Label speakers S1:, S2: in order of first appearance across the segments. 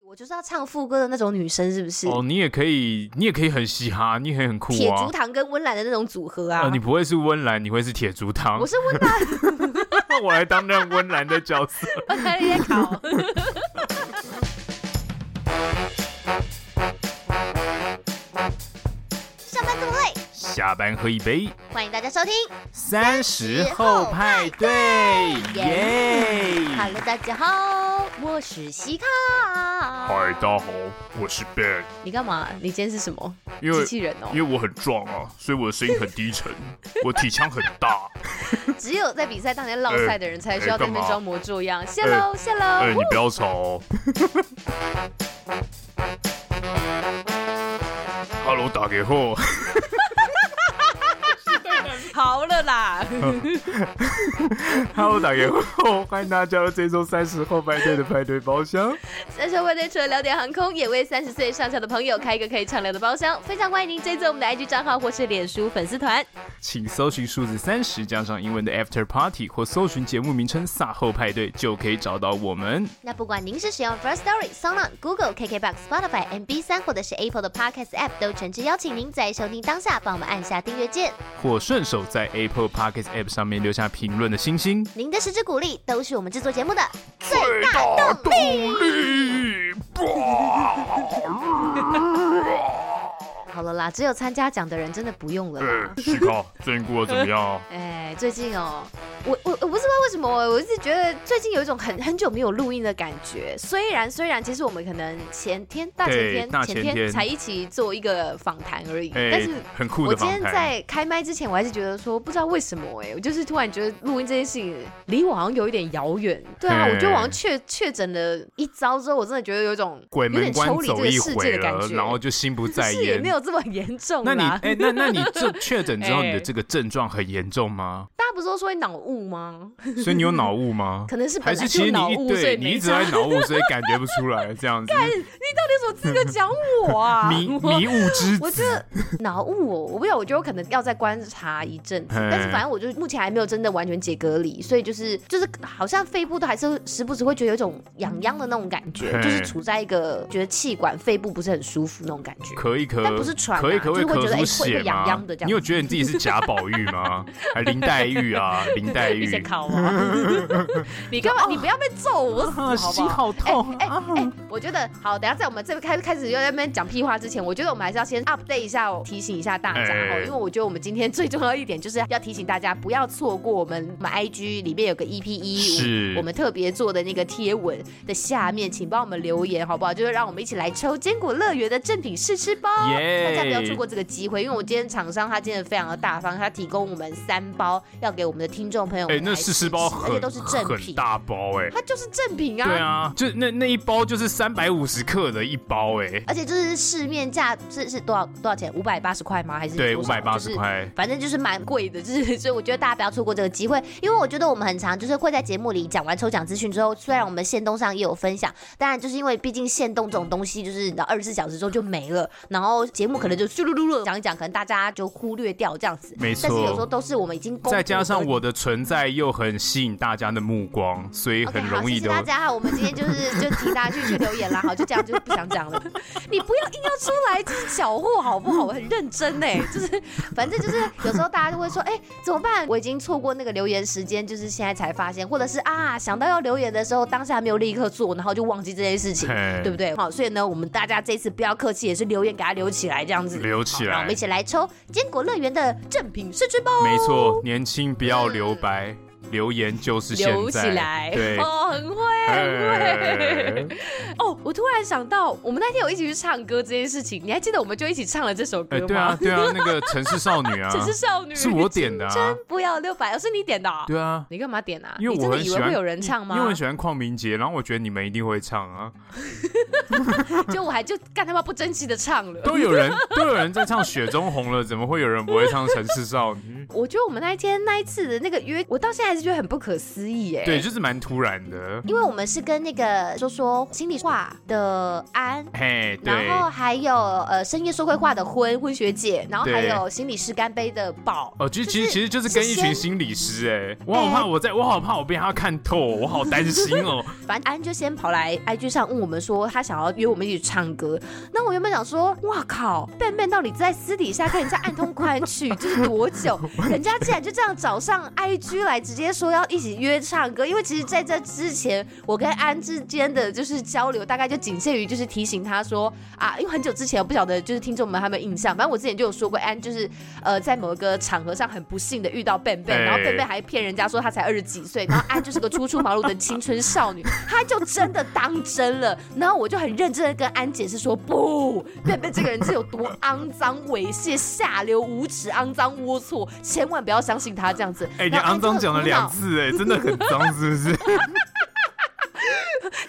S1: 我就是要唱副歌的那种女生，是不是？
S2: 哦，你也可以，你也可以很嘻哈，你也可以很酷
S1: 铁
S2: 啊
S1: 竹。堂跟温岚的那种组合啊，
S2: 呃，你不会是温岚，你会是铁竹堂
S1: 我。是温岚，
S2: 我来担任温岚的角 色。
S1: 温岚 也考。 上班这么累，
S2: 下班喝一杯，
S1: 欢迎大家收听。
S2: 三十后派对，耶！
S1: Hello，大家好，我是西卡。
S2: 嗨，大家好，我是 Ben，
S1: 你干嘛？你今天是什么？
S2: 因为
S1: 机器人哦、
S2: 因为我很壮啊，所以我的声音很低沉，我体腔很 大。
S1: 只有在比赛当
S2: 哎
S1: 天落赛的人才需要在那边装模作样。下
S2: 干
S1: 喽，下
S2: 哎、
S1: 喽
S2: 你。不要吵 哦。Hello，打给后，
S1: 好了啦，
S2: Hello，打给后，欢迎大家加入这周三十后派对的派对包厢。
S1: 三十万内除了聊点航空，也为三十岁上下的朋友开一个可以畅聊的包厢。非常欢迎您追踪我们的 IG 账号或是脸书粉丝团。
S2: 请搜寻数字三十加上英文的 After Party，或搜寻节目名称“撒后派对”，就可以找到我们。
S1: 那不管您是使用 First Story、Sound、Google、KKBox、Spotify、MB 三或者是 Apple 的 Podcast App，都诚挚邀请您在收听当下帮我们按下订阅键。
S2: 或顺手在 Apple Podcast App 上面留下评论的星星。
S1: 您的十支鼓励都是我们制作节目的最
S2: 大
S1: 大动力。
S2: 力！
S1: 好了啦，只有参加奖的人真的不用了啦。
S2: 哎，西卡，最近过得怎么样？
S1: 哎，最近哦，我我我不知道为什么，我是觉得最近有一种很很久没有录音的感觉。虽然虽然，其实我们可能前天、大前
S2: 对
S1: 天、
S2: 大前
S1: 前天
S2: 天
S1: 才一起做一个访谈而已， 但
S2: 哎
S1: 是。，
S2: 很酷
S1: 我
S2: 的
S1: 今天
S2: 访谈。
S1: 在开麦之前，我还是觉得说，不知道为什么哎、我就是突然觉得录音这件事情离我好像有一点遥远。对啊，
S2: 嘿
S1: 我觉得我好像确确诊了一遭之后，我真的觉得有一种
S2: 哎鬼
S1: 有
S2: 门
S1: 点
S2: 关
S1: 抽离这
S2: 走
S1: 个
S2: 一
S1: 世界
S2: 回
S1: 的感
S2: 了，
S1: 觉。
S2: 然后就心不在
S1: 是也
S2: 焉
S1: 没。有这么严重
S2: 那你
S1: 啦。
S2: 哎，那那你这确 诊之后，
S1: 哎
S2: 你的这个症状很严重吗？
S1: 大家不是都说会脑雾吗？
S2: 所以你有脑雾吗？
S1: 可能是
S2: 还
S1: 本来就
S2: 是其实
S1: 有
S2: 你
S1: 脑
S2: 一
S1: 雾，所
S2: 对
S1: 以
S2: 你
S1: 没
S2: 一直
S1: 差。
S2: 在脑雾，所以感觉不出来这 样子，
S1: 你有什么资格讲我啊？
S2: 迷
S1: 我
S2: 迷雾之
S1: 我
S2: 子
S1: 这 脑雾哦，我不晓得，我觉得我可能要再观察一阵子，
S2: 嘿
S1: 但是反正我就目前还没有真的完全解隔离，所以就是就是好像肺部都还是时不时会觉得有一种痒痒的那种感觉，
S2: 嘿
S1: 就是处在一个觉得气管肺部不是很舒服那种感觉。
S2: 咳一咳，
S1: 但不是喘啊
S2: 咳一咳
S1: 就是会
S2: 咳
S1: 觉得哎
S2: 出
S1: 会
S2: 血
S1: 会痒
S2: 吗？
S1: 痒的这样
S2: 你有觉得你自己是贾宝玉吗？还林黛 玉啊，林黛玉。
S1: 考我， 你干嘛？你不要被揍 我死好不好？
S2: 好
S1: 哎哎，我觉得好，等一下在我们这边开开始又在那边讲屁话之前，我觉得我们还是要先 update 一下哦，提醒一下大家哦，
S2: 哎
S1: 因为我觉得我们今天最重要一点就是要提醒大家不要错过我们我们 IG 里面有个 EP 一
S2: 是
S1: 我们特别做的那个贴文的下面，请帮我们留言好不好？就是让我们一起来抽坚果乐园的正品试吃包。
S2: 耶
S1: 哎大家不要错过这个机会，因为我今天厂商他今天非常的大方，他提供我们三包要给我们的听众朋友们
S2: 哎
S1: 来，吃，
S2: 那试吃包
S1: 而且
S2: 很
S1: 都是正
S2: 很
S1: 品，
S2: 大包哎，
S1: 它就是正品
S2: 对啊，就那那一包就是三百五十克的一包哎，
S1: 而且就是市面价是是多少多少钱？五百八十块吗？还是
S2: 对，五
S1: 多少
S2: 百八十。
S1: 就是
S2: 块。
S1: 反正就是蛮贵的，就是所以我觉得大家不要错过这个机会，因为我觉得我们很常就是会在节目里讲完抽奖资讯之后，虽然我们线动上也有分享，当然就是因为毕竟线动这种东西就是你二十四小时之后就没了，然后节目可能就咻噜噜噜讲一讲，可能大家就忽略掉这样子。
S2: 没错
S1: 但是有时候都是我们已经公布
S2: 再加上
S1: 的
S2: 我的存在又很吸引大家的目光，所以
S1: OK，
S2: 很
S1: 好，
S2: 容易
S1: 谢谢
S2: 的。哦
S1: 大家，我们今天就是就提大家去去留言啦，好，就这样，就不想 讲了。你不要硬要出来就是搅和好不好？我很认真哎，就是反正就是有时候大家就会说，哎、怎么办？我已经错过那个留言时间，就是现在才发现，或者是啊想到要留言的时候，当下没有立刻做，然后就忘记这件事情，
S2: 嘿
S1: 对不对？好，所以呢，我们大家这次不要客气，也是留言给他留起来，这样子
S2: 留
S1: 好
S2: 起
S1: 那我
S2: 来
S1: 们一，起来抽坚果乐园的正品试吃包，
S2: 没
S1: 哦
S2: 错，，年轻不要留白，留言就是现在。
S1: 留起来，
S2: 对，
S1: 哦，很会，很会。
S2: 哎
S1: 哦，我突然想到，我们那天有一起去唱歌这件事情，你还记得我们就一起唱了这首歌
S2: 哎，
S1: 吗？
S2: 对啊，对啊，那个城市 少女啊，
S1: 只是少女
S2: 是我点的啊
S1: 真不要六百，哦，是你点的、哦。
S2: 对啊，
S1: 你干嘛点啊？
S2: 因为
S1: 你
S2: 我
S1: 真的
S2: 很
S1: 以
S2: 喜
S1: 为
S2: 欢
S1: 会有人唱吗？嗯
S2: 因为我很喜欢邝明杰，然后我觉得你们一定会唱啊，
S1: 就我还就干他妈不争气的唱了。
S2: 都有人都有人在唱《雪中红》了，怎么会有人不会唱《城市少女》？
S1: 我觉得我们那一天那一次的那个约，我到现在还是觉得很不可思议哎。
S2: 对，就是蛮突然的。
S1: 因为我们是跟那个说说心里话的安。
S2: 嘿，对，
S1: 然后还有呃深夜说会话的婚婚学姐，然后还
S2: 对
S1: 有心理师干杯的宝，
S2: 哦，其实
S1: 就
S2: 其实
S1: 是
S2: 其实就是跟一群
S1: 先
S2: 心理师哎、我好怕我在，我好怕我被他看透，我好担心哦。
S1: 反正安就先跑来 IG 上问我们说，他想要约我们一起唱歌。那我原本想说，哇靠，笨笨到底在私底下跟人家暗通款曲，这是多久？人家竟然就这样找上哎 IG 来，直接说要一起约唱歌。因为其实在这之前，我跟安之间的就是交流，大概就仅限于就是提醒他说啊，因为很久之前我不晓得就是听众们他们印象，反正我之前就有说过，安就是呃在某一个场合上很不幸的遇到笨笨，
S2: 哎
S1: 然后笨笨还骗人家说他才二十几岁，然后安就是个初出茅庐的青春少女，他就真的当真了。然后我就很认真的跟安解释说，不，笨笨这个人是有多肮脏、猥亵、下流、无耻、肮脏、龌龊，千万不要相信他啊这样子。
S2: 哎、你
S1: 然后安
S2: 肮脏
S1: 就
S2: 讲
S1: 很
S2: 了
S1: 苦
S2: 两
S1: 恼
S2: 次哎、真的很脏 是不是？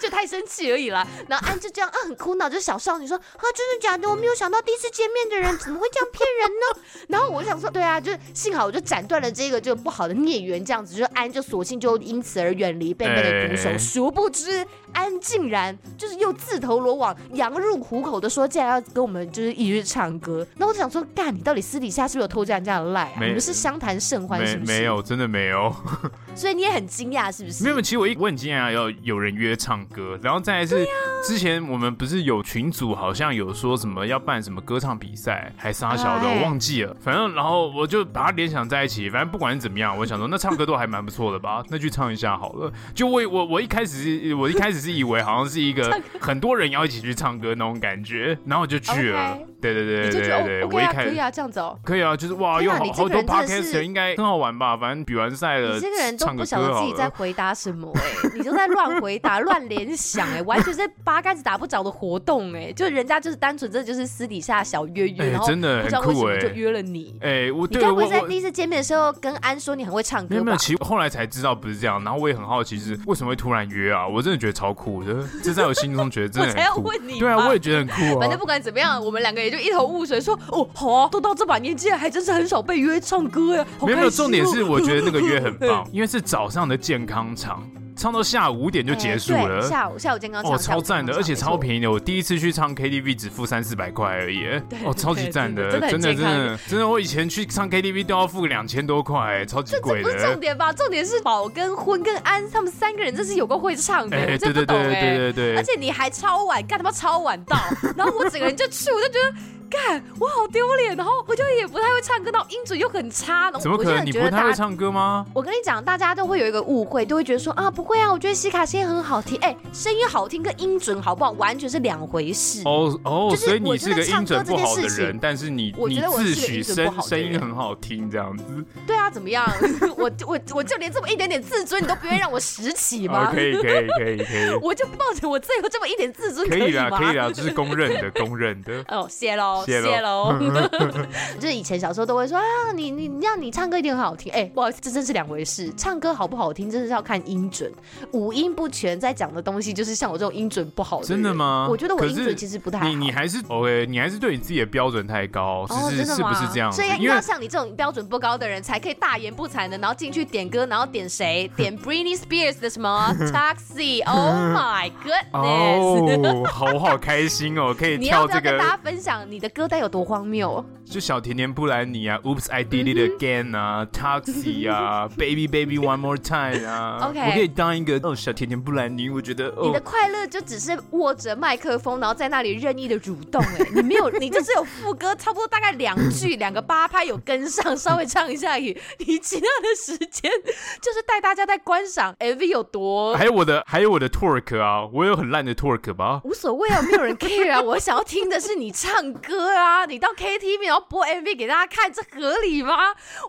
S1: 就太生气而已啦。然后安就这样啊，很苦恼，就是小少女说啊，真的假的？我没有想到第一次见面的人怎么会这样骗人呢？ 然后我就想说，对啊，就是幸好我就斩断了这个就不好的孽缘，这样子，就是安就索性就因此而远离贝贝的毒手。
S2: 哎
S1: 殊不知安竟然就是又自投罗网，羊入虎口的说，竟然要跟我们就是一起去唱歌。那我就想说，干，你到底私底下是不是有偷加人家的赖啊？
S2: 没
S1: 你们是相谈甚欢
S2: 没
S1: 是不是？
S2: 没，有，真的没有。
S1: 所以你也很惊讶是不是？
S2: 没有，其实我一我很惊讶，要有人约唱歌，然后再来是、之前我们不是有群组，好像有说什么要办什么歌唱比赛，还是啥小的，
S1: 哎
S2: 我忘记了。反正然后我就把它联想在一起，反正不管是怎么样，我想说那唱歌都还蛮不错的吧，那去唱一下好了。就我我我一开始是我一开始是以为好像是一个很多人要一起去唱歌那种感觉，然后我就去了
S1: OK。
S2: 对对对
S1: 你就
S2: 对
S1: 觉得
S2: 对对，
S1: 哦
S2: 我
S1: ，OK
S2: 一
S1: 啊，
S2: 开
S1: 可以
S2: 始。
S1: 啊，这样子哦。
S2: 可以啊，就是哇，
S1: 天
S2: 有
S1: 啊
S2: 好
S1: 你这
S2: 好
S1: 个
S2: 多
S1: 人真的
S2: podcast
S1: 是
S2: 应该很好玩吧？反正比完赛了，
S1: 你这个人都
S2: 唱
S1: 不
S2: 个
S1: 晓
S2: 歌
S1: 得
S2: 好
S1: 自己
S2: 了
S1: 在回答什么哎、你就在乱回答、乱联想 哎、完全是八竿子打不着的活动哎、就人家就是单纯这就是私底下小约约，
S2: 哎
S1: 然后
S2: 真的
S1: 不知道
S2: 很
S1: 为
S2: 酷
S1: 什么
S2: 哎
S1: 就约了你。
S2: 哎、我
S1: 你
S2: 对
S1: 该
S2: 我
S1: 不会啊在
S2: 我
S1: 第一次见面的时候跟安说你很会唱
S2: 没
S1: 歌
S2: 有没有，
S1: 吧？
S2: 其实后来才知道不是这样，然后我也很好奇是为什么会突然约啊？我真的觉得超酷的，这在我心中觉得真
S1: 我
S2: 的
S1: 才要
S2: 很酷。
S1: 问你吧。
S2: 对啊，我也觉得很酷
S1: 反正
S2: 啊。
S1: 不管怎么样，我们两个也就一头雾水说，哦，好啊，都到这把年纪了，还真是很少被约唱歌哎、好
S2: 没有
S1: 开
S2: 没
S1: 心哦
S2: 有，重点是我觉得那个约 很棒，因为是早上的健康场，唱到下午五点就结束
S1: 哎对
S2: 了。
S1: 下午下午健康场，
S2: 哦，超赞的，而且超
S1: 宜。
S2: 便宜的。我第一次去唱 KTV 只付三四百块而已，哦，
S1: 对
S2: 超级赞的，
S1: 真的
S2: 真
S1: 真
S2: 的
S1: 的
S2: 真的真的，我以前去唱 KTV 都要付两千多块，超级
S1: 这
S2: 贵
S1: 这不是
S2: 的
S1: 重。点吧？重点是宝跟婚跟安他们三个人真是有够会唱的，我
S2: 对
S1: 真
S2: 对
S1: 不
S2: 对
S1: 懂
S2: 对
S1: 哎。
S2: 对对
S1: 而，且你还超晚，干他妈超晚到，然后我整个人就去，我就觉得干我好丢脸，然后我就也不太会唱歌，然后音准又很差，然后
S2: 怎么
S1: 我
S2: 可
S1: 就
S2: 能？
S1: 很
S2: 你
S1: 觉
S2: 不
S1: 得
S2: 太
S1: 大
S2: 会
S1: 家。
S2: 唱歌吗？
S1: 我跟你讲，大家都会有一个误会，都会觉得说啊，不会啊，我觉得西卡声音很好听，哎，声音好听跟音准好不好完全是两回事。
S2: 哦哦，
S1: 就是
S2: 所以你
S1: 我
S2: 是
S1: 觉
S2: 个
S1: 得
S2: 音
S1: 唱
S2: 准
S1: 歌
S2: 不
S1: 这件
S2: 好的
S1: 事情
S2: 人，但是你
S1: 我
S2: 你
S1: 觉得我
S2: 自
S1: 是个
S2: 诩
S1: 音准不
S2: 声
S1: 好的
S2: 声音
S1: 人
S2: 很好听，这样子。
S1: 对啊，怎么样？ 我我我就连这么一点点自尊，你都不愿意让我拾起
S2: 哦
S1: 吗？
S2: 可以可以可以可以
S1: 我就抱着我最后这么一点自尊，
S2: 可以啦
S1: 吗？
S2: 可以啦，这是公认的公认的。
S1: 哦，谢喽，
S2: 谢咯嗯
S1: 谢喽。就是以前小时候都会说啊，你你你让你唱歌一定很好听。哎、不好意思，这真是两回事。唱歌 好不好听，真的是要看音准。五音不全在讲的东西，就是像我这种音准不好的。
S2: 真的？吗？
S1: 我觉得我
S2: 可
S1: 音
S2: 是
S1: 准其实不太好。
S2: 你你还是 OK，你还是对你自己的标准太高，
S1: 哦，
S2: 是
S1: 真
S2: 是
S1: 的
S2: 是不
S1: 吗？
S2: 是这样子
S1: 所以？
S2: 因为
S1: 要像你这种标准不高的人，才可以大言不惭的，然后进去点歌，然后点谁？ 点 Britney Spears 的什么 Taxi？Oh my goodness！、
S2: 哦， 好我好开心哦，可 以
S1: 你要
S2: 跳
S1: 不要
S2: 这
S1: 跟大
S2: 个哦
S1: 家分享你的歌单有多荒谬？
S2: 就小甜甜布兰妮啊，Oops I Did It Again 啊，Taxi 啊，Baby Baby One More Time 啊
S1: OK
S2: 我可以当一个哦小甜甜布兰妮，我觉得
S1: 你
S2: 哦
S1: 的快乐就只是握着麦克风，然后在那里任意的蠕动、哎，你没有，你就只有副歌，差不多大概两 句，两个八拍有跟上，稍微唱一下而已。你其他的时间 就是带大家在观赏 MV 有多。
S2: 还有我的，还有我的 twerk 啊，我有很烂的 twerk 吧？
S1: 无所谓啊，没有人 care 啊。 我想要听的是你唱歌啊，你到 KTV 然后播 MV 给大家看，这合理吗？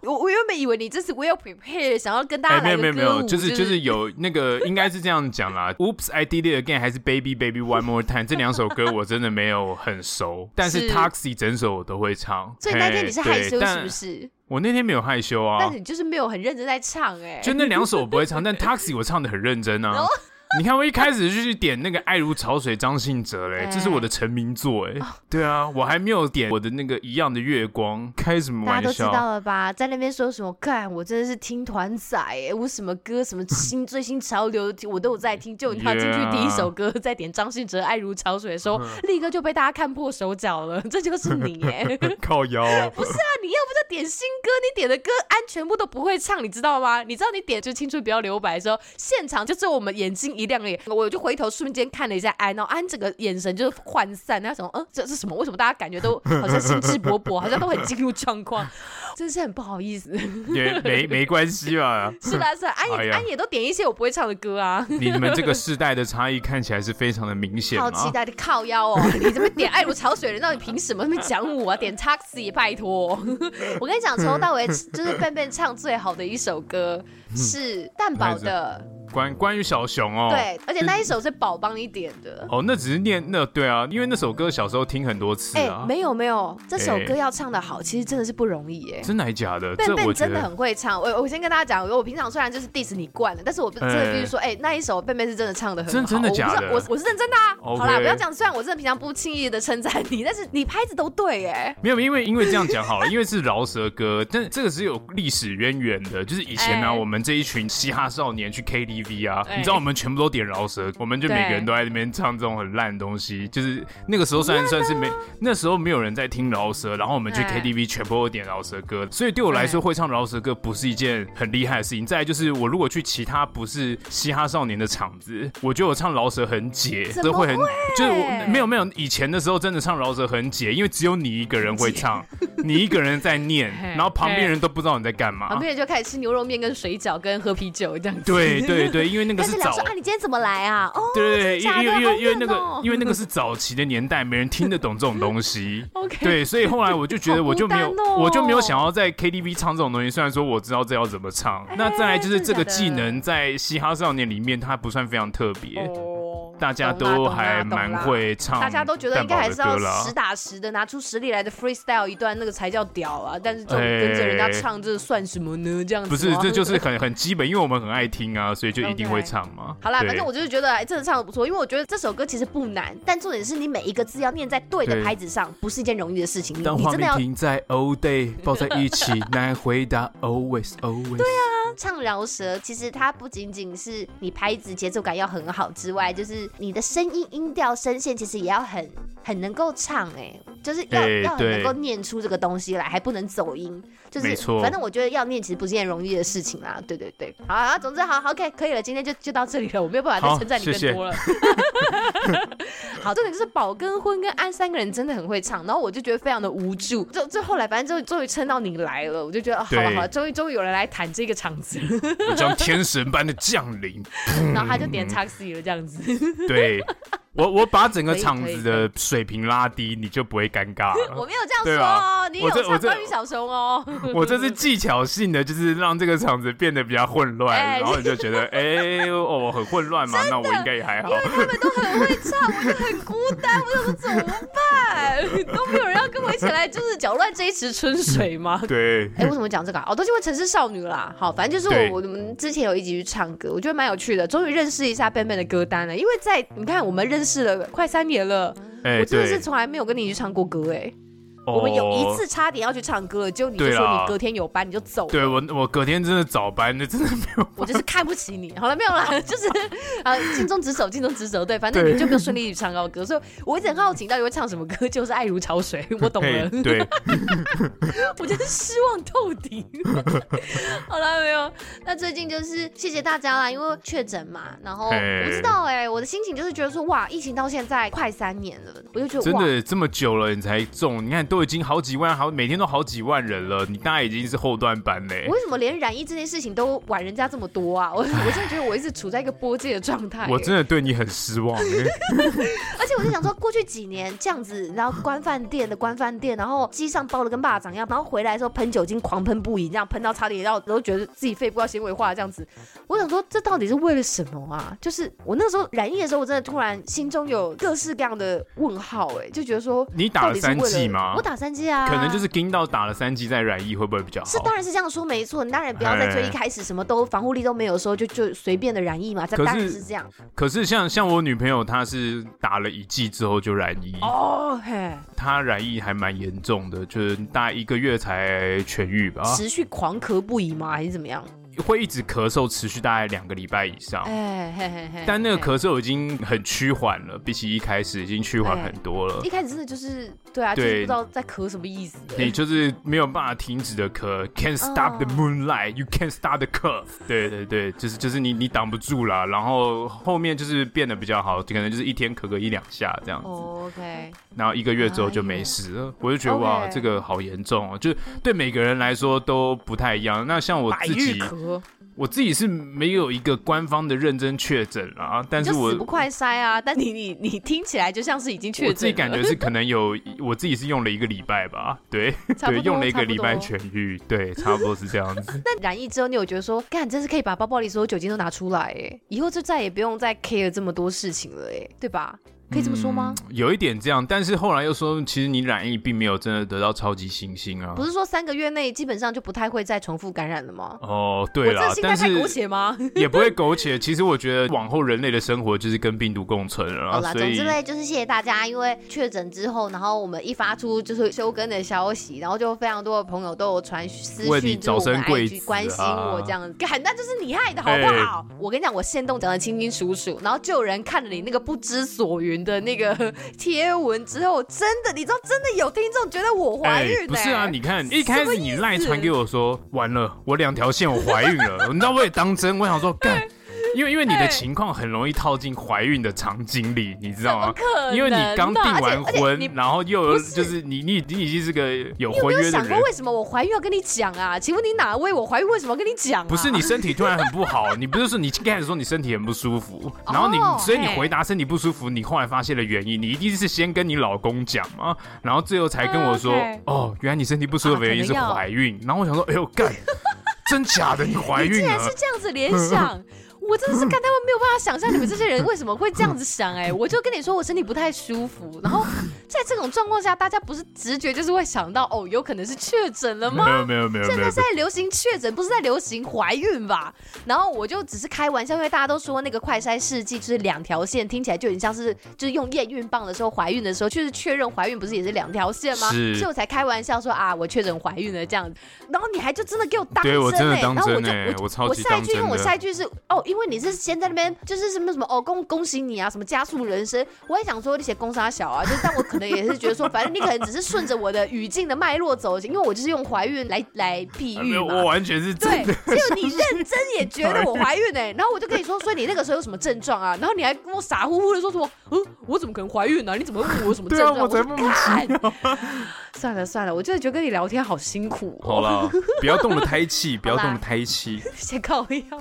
S1: 我我原本以为你这是 well prepared，想要跟大家
S2: 哎
S1: 来
S2: 没有
S1: 个
S2: 没有没有，
S1: 歌舞
S2: 就是就是有那 个，应该是这样讲啦。Oops, I did it again，还是 Baby Baby One More Time 这两首歌我真的没有很 熟，但是
S1: 是
S2: Taxi 整首我都会唱。
S1: 所以那
S2: 嘿
S1: 天你是害羞是
S2: 对但
S1: 不是？
S2: 我那天没有害羞
S1: 那
S2: 啊，
S1: 你就是没有很认真在唱哎、
S2: 就那两首我不会唱，但 Taxi 我唱的很认真啊。你看我一开始就去点那个《爱如潮水》张信哲嘞，这是我的成名作
S1: 哦
S2: 哎。 对啊，我还没有点我的那个《一样的月光》，开什么
S1: 大家
S2: 玩
S1: 都知
S2: 笑？
S1: 道了吧？在那边说什么？看我真的是听团仔哎，我什么歌、什么新最新潮流我都有在听，就他进去第一首歌在点张信哲《爱如潮水》的时候，
S2: 嗯
S1: 立刻就被大家看破手脚了。这就是你哎，
S2: 靠腰哦，
S1: 那你要不就点新歌，你点的歌安全部都不会唱，你知道吗？你知道你点就《青春不要留白》的时候，现场就只有我们眼睛一亮而已。我就回头瞬间看了一下安，然后安整个眼神就是涣散，然后想说，嗯，这这是什么？为什么大家感觉都好像兴致勃勃，好像都很进入状况？ 真是很不好意思。
S2: 也没没关系吧。
S1: 是啊啦是啦，安
S2: 哎
S1: 也、
S2: 呀
S1: 安也都点一些我不会唱的歌啊。
S2: 你们这个世代的差异看起来是非常的明显
S1: 好
S2: 啊。
S1: 期待的靠腰 哦！你这边点爱如潮水人，那你凭什么那边讲我啊？点 taxi 拜 托！我跟你讲，从头到尾就是笨笨唱最好的一首歌是蛋宝的，
S2: 关关于小熊哦，
S1: 对，而且那一首是宝帮你点的。
S2: 哦，那只是念那对啊，因为那首歌小时候听很多次
S1: 哎、
S2: 啊。
S1: 没有没有，这首
S2: 哎
S1: 歌要唱的好，其实真的是不容易哎、
S2: 真的还假的？
S1: 笨
S2: 这
S1: 笨
S2: 我觉
S1: 真的
S2: 得
S1: 很会唱，我我先跟大家讲，我平常虽然就是 diss 你惯了，但是我不真的必须说，哎、那一首笨笨是真的唱的很好，
S2: 真真的假的
S1: 我不是我我是认真的啊。
S2: OK
S1: 好啦，不要讲，虽然我真的平常不轻易的称赞你，但是你拍子都对哎、
S2: 没有，因为因为这样讲好了， 因为是饶舌歌，但这个是有历史渊源的。就是以前呢、
S1: 哎
S2: 我们这一群嘻哈少年去 KTV 啊，
S1: 哎
S2: 你知道我们全部都点饶舌，我们就每
S1: 对
S2: 个人都在那边唱这种很烂的东西。就是那个时候虽然算是没，那时候没有人在听饶舌，然后我们去
S1: 哎
S2: KTV 全部都点饶舌歌，所以对我来说会唱饶舌歌不是一件很厉害的事情。再来就是我如果去其他不是嘻哈少年的场子，我觉得我唱饶舌很解，
S1: 怎
S2: 这
S1: 么
S2: 会很就是我
S1: 会
S2: 没有没有，以前的时候真的唱饶舌很解，因为只有你一个人会唱， 你一个人在念，
S1: 嘿
S2: 然后旁边人都不知道你在干
S1: 旁
S2: 嘛。
S1: 边人就开始吃牛肉面、跟水饺、跟喝啤酒这样子。
S2: 对对对，因为那个
S1: 开
S2: 是
S1: 始聊
S2: 早
S1: 说，啊，你今天怎么来啊？哦
S2: 对对，因
S1: 真的假
S2: 为因
S1: 的
S2: 为因为因为
S1: 好
S2: 那
S1: 冷哦
S2: 个因为那个是早期的年代，没人听得懂这种 东西。
S1: ，OK，
S2: 对，所以后来我就觉得，
S1: 好
S2: 我就没有
S1: 孤单，哦
S2: 我就没有想要在 KTV 唱这种东西。虽然说我知道这要怎么唱，
S1: 哎
S2: 那再来就是这个技能在嘻哈少年里面，它不算非常特别，
S1: 哦
S2: 大家
S1: 懂啦
S2: 都
S1: 懂啦
S2: 还
S1: 懂啦
S2: 蛮会唱
S1: 大
S2: 蛋
S1: 家
S2: 堡
S1: 都
S2: 的歌啦。
S1: 觉得应该还是要实打实的拿出实力来的 freestyle 一段，那个才叫屌啊！但是这种跟着人家唱，这算什么呢？这样子
S2: 哎不是
S1: 吗，
S2: 这就是很很基本，因为我们很爱听啊，所以就一定会唱 嘛。
S1: 好啦，
S2: 对
S1: 反正我就是觉得哎真的唱的不错，因为我觉得这首歌其实不难，但重点是你每一个字要念在对的
S2: 对
S1: 拍子上，不是一件容易的事情。你
S2: 当
S1: 你
S2: 画
S1: 真的
S2: 面
S1: 要
S2: 停在 all day 抱在 一起，难回答 always always。对啊，
S1: 唱饶舌，其实它不仅仅是你拍子节奏感要很好之外，就是你的声音、音调、声线，其实也要很很能够唱、欸，就是要、
S2: 哎
S1: 要很
S2: 对
S1: 能够念出这个东西来，还不能走音，就是
S2: 没错
S1: 反正我觉得要念其实不是件容易的事情啦，对对对，好啊，总之好好 OK 可以了，今天就就到这里了，我没有办法再
S2: 好
S1: 称赞你
S2: 谢谢
S1: 更多了。 好，重点就是宝跟婚跟安三个人真的很会唱，然后我就觉得非常的无助，就就后来反正终于终于撑到你来了，我就觉得、哦、好了
S2: 对
S1: 好了，终于终于有人来谈这个场子了。
S2: 我将天神般的降临。
S1: 然后他就
S2: 嗯
S1: 点 taxi 了，这样子。
S2: 对，我我把整个
S1: 可以
S2: 场
S1: 可以
S2: 子的水平拉低，你就不会尴尬
S1: 我
S2: 了。
S1: 没有这
S2: 啊对
S1: 样说哦
S2: 吧，
S1: 你
S2: 我
S1: 有
S2: 这
S1: 唱
S2: 我这
S1: 关于小熊哦。
S2: 我这是技巧性的，就是让这个场子变得比较混乱，
S1: 哎
S2: 然后你就觉得，哎，哦，我很混乱嘛，那我应该也还好。
S1: 他们都很会唱，我就很孤单，我想说怎么办？ 都没有人要跟我一起来，就是搅乱这一池春水吗？
S2: 对，
S1: 哎、为什么讲这个啊？哦，都是因为城市少女啦。好，反正就是
S2: 嗯对
S1: 我我们之前有一集去唱歌，我觉得蛮有趣的，终于认识一下笨笨的歌单了。因为在你看，我们认识了快三年了，
S2: 哎，
S1: 我真的
S2: 对
S1: 是，从来没有跟你去唱过歌哎、
S2: 我
S1: 我们有一次差点要去唱歌了，结果你就
S2: 对
S1: 说
S2: 啦
S1: 你隔天有班你就走了。
S2: 哦对啊我，我隔天真的早班，那真的没有。
S1: 我就是看不起你。好了，没有 啦，就是啊，尽忠职守，尽忠职守。对，反正
S2: 对
S1: 你就没有顺利唱到歌，所以我一直很好奇，你到底会唱什么歌？就是《爱如潮水》，我懂
S2: 嘿
S1: 了，
S2: 对，
S1: 我真是失望透顶。好了，没有。那最近就是谢谢大家啦，因为确诊嘛，然后
S2: 嘿
S1: 我不知道哎、我的心情就是觉得说，哇，疫情到现在快三年了，我就觉得
S2: 真
S1: 哇。
S2: 的这么久了，你才中？你看都已经好几万，好每天都好几万人了，你大概已经是后段班嘞
S1: 我。为什么连染疫这件事情都晚人家这么多啊？我我真的觉得我一直处在一个波界的状态、
S2: 我真的对你很失 望。
S1: 而且我就想说，过去几年这样子，然后关饭店的关饭店，然后机上包的跟蚂蚱一样，然后回来的时候喷酒精狂喷不已，这样喷到差点要都觉得自己肺部要纤维化这样子。我想说，这到底是为了什么啊？就是我那时候染疫的时候，我真的突然心中有各式各样的问号、哎，就觉得说
S2: 你打
S1: 到
S2: 了
S1: 底是
S2: 三
S1: 为
S2: 剂吗
S1: 我？打三剂啊，
S2: 可能就是盯到打了三剂再染疫会不会比较好？
S1: 是，当然是这样说没错。你当然不要在最一开始什么都防护力都没有的时候就就随便的染疫嘛，这
S2: 可是
S1: 当然是这样。
S2: 可是像像我女朋友，她是打了一剂之后就染疫，
S1: 哦嘿，
S2: 她染疫还蛮严重的，就是大概一个月才痊愈吧，
S1: 持续狂咳不已吗？还是怎么样？
S2: 会一直咳嗽，持续大概两个礼拜以上。
S1: 哎嘿嘿嘿。
S2: 但那个
S1: 嘿
S2: 咳嗽已经很趋缓了，比起一开始已经趋
S1: 哎
S2: 缓很多了
S1: 一。开始真的就是对啊，就是
S2: 对
S1: 不知道在咳什么意思。
S2: 你就是没有办法停止的咳，Can't stop the
S1: 哦
S2: moonlight, you can't stop the curve。对对对，就是就是你你挡不住啦，然后后面就是变得比较好，可能就是一天咳个一两下这样子，
S1: 哦 OK，
S2: 然后一个月之后就
S1: 哎
S2: 没
S1: 呦
S2: 事了。我就觉得哇，
S1: OK
S2: 这个好严重哦，就是对每个人来说都不太一样。那像我
S1: 百
S2: 自
S1: 日
S2: 己，
S1: 咳，
S2: 我自己是没有一个官方的认真确诊啦，但
S1: 你
S2: 是
S1: 就
S2: 我
S1: 死不快筛啊！但你你你听起来就像是已经确诊
S2: 我
S1: 了，
S2: 自己感觉是可能有，我自己是用了一个礼拜吧，对
S1: 差不
S2: 对，
S1: 多
S2: 用了一个礼拜。
S1: 差不多
S2: 痊愈，对，差不多是这样子。
S1: 那染疫之后，你有觉得说，干，真是可以把包包里所有酒精都拿出来，哎，以后就再也不用再 care 这么多事情了，
S2: 嗯
S1: 哎，对吧？可以这么说吗？
S2: 有一点这样，但是后来又说，其实你染疫并没有真的得到超级新星啊
S1: 不。是说三个月内基本上就不太会再重复感染了吗？
S2: 哦，
S1: 我
S2: 对
S1: 这
S2: 啦，
S1: 心态
S2: 但
S1: 太狗
S2: 是
S1: 血 吗？
S2: 也不会苟且。其实我觉得往后人类的生活就是跟病毒共存了
S1: 好
S2: 啊，
S1: 啦，
S2: 所
S1: 总
S2: 以
S1: 之嘞，就是谢谢大家，因为确诊之后，然后我们一发出就是休更的消息，然后就非常多的朋友都有传私
S2: 为你
S1: 讯就我
S2: 早
S1: 们
S2: 生贵
S1: IG
S2: 子
S1: 关心我
S2: 啊哎
S1: 这样子，干、那就是你害的好不好？我跟你讲，我现动讲的清清楚楚，然后就有人看了你那个不知所云的那个 贴文之后，真的，你知道，真的有听众觉得我怀孕、欸
S2: 不是啊！你看一开
S1: 什么
S2: 始你
S1: 意
S2: 赖
S1: 思
S2: 传给我说，完了，我两条线我怀 孕了，你知道我也当真，我想说干，因为因为你的情况很容易套进怀孕的场景里，你知
S1: 怎
S2: 道
S1: 么哎
S2: 吗？
S1: 可能？
S2: 因为你刚订完
S1: 而且而且
S2: 婚
S1: 你，
S2: 然后又有
S1: 不是
S2: 就是你你你已经是个有
S1: 你有
S2: 婚
S1: 没有
S2: 约的
S1: 想
S2: 人
S1: 过，为什么我怀孕要跟你讲啊？请问你哪位我怀孕为什么要跟你讲、啊？
S2: 不是你身体突然很不好，你不是说你一开始说你身体很不舒服，然后你
S1: 哦
S2: 所以你
S1: 嘿
S2: 回答身体不舒服，你后来发现了原因，你一定是先跟你老公讲嘛，然后最后才跟我说
S1: 啊，OK，
S2: 哦，原来你身体不舒服的原因是
S1: 啊可能要
S2: 怀孕，然后我想说，哎呦干，真假的你怀
S1: 你竟
S2: 孕啊
S1: 然
S2: 了
S1: 是？这样子联 想，我真的是看他们没有办法想象你们这些人为什么会这样子想、 哎，我就跟你说我身体不太舒服，然后在这种状况下，大家不是直觉就是会想到哦，有可能是确诊了
S2: 没
S1: 吗？
S2: 有没有没有
S1: 现
S2: 没
S1: 在
S2: 有
S1: 是，在流行确诊，不是在流行怀孕吧？然后我就只是开玩笑，因为大家都说那个快筛试剂就是两条线，听起来就很像是就是用验孕棒的时候怀孕的时候，就是确认怀孕不是也是两条线吗？
S2: 是
S1: 所以我才开玩笑说啊，我确诊怀孕了这样子。然后你还就真的给我当真、欸，
S2: 对我真的当
S1: 然后我
S2: 真
S1: 就
S2: 哎
S1: 我，
S2: 我超
S1: 我
S2: 级
S1: 下
S2: 当
S1: 一句
S2: 真
S1: 跟我
S2: 的
S1: 下。一句是哦，因为你是先在那边就是什么什么哦，恭恭喜你啊，什么加速人生，
S2: 哎
S1: 我也想说那些攻杀小啊，就是但我可能也是觉得说，反正你可能只是顺着我的语境的脉络走，因为我就是用怀孕来来譬
S2: 没
S1: 喻
S2: 有，
S1: 嘛。
S2: 我完全是真
S1: 对，
S2: 的。
S1: 只有你认真也觉得我怀孕哎、然后我就跟你说，所以你那个时候有什么症状啊？然后你还跟我傻乎乎的说什么，嗯，我怎么可能怀孕呢、你怎么会问我有什么症
S2: 对啊
S1: 状？
S2: 我才
S1: 说
S2: 莫名
S1: 干 算了算了，我真的觉得跟你聊天好辛苦、哦。
S2: 好了，不要动了胎气，不要
S1: 好啦
S2: 动了胎气。
S1: 先靠腰。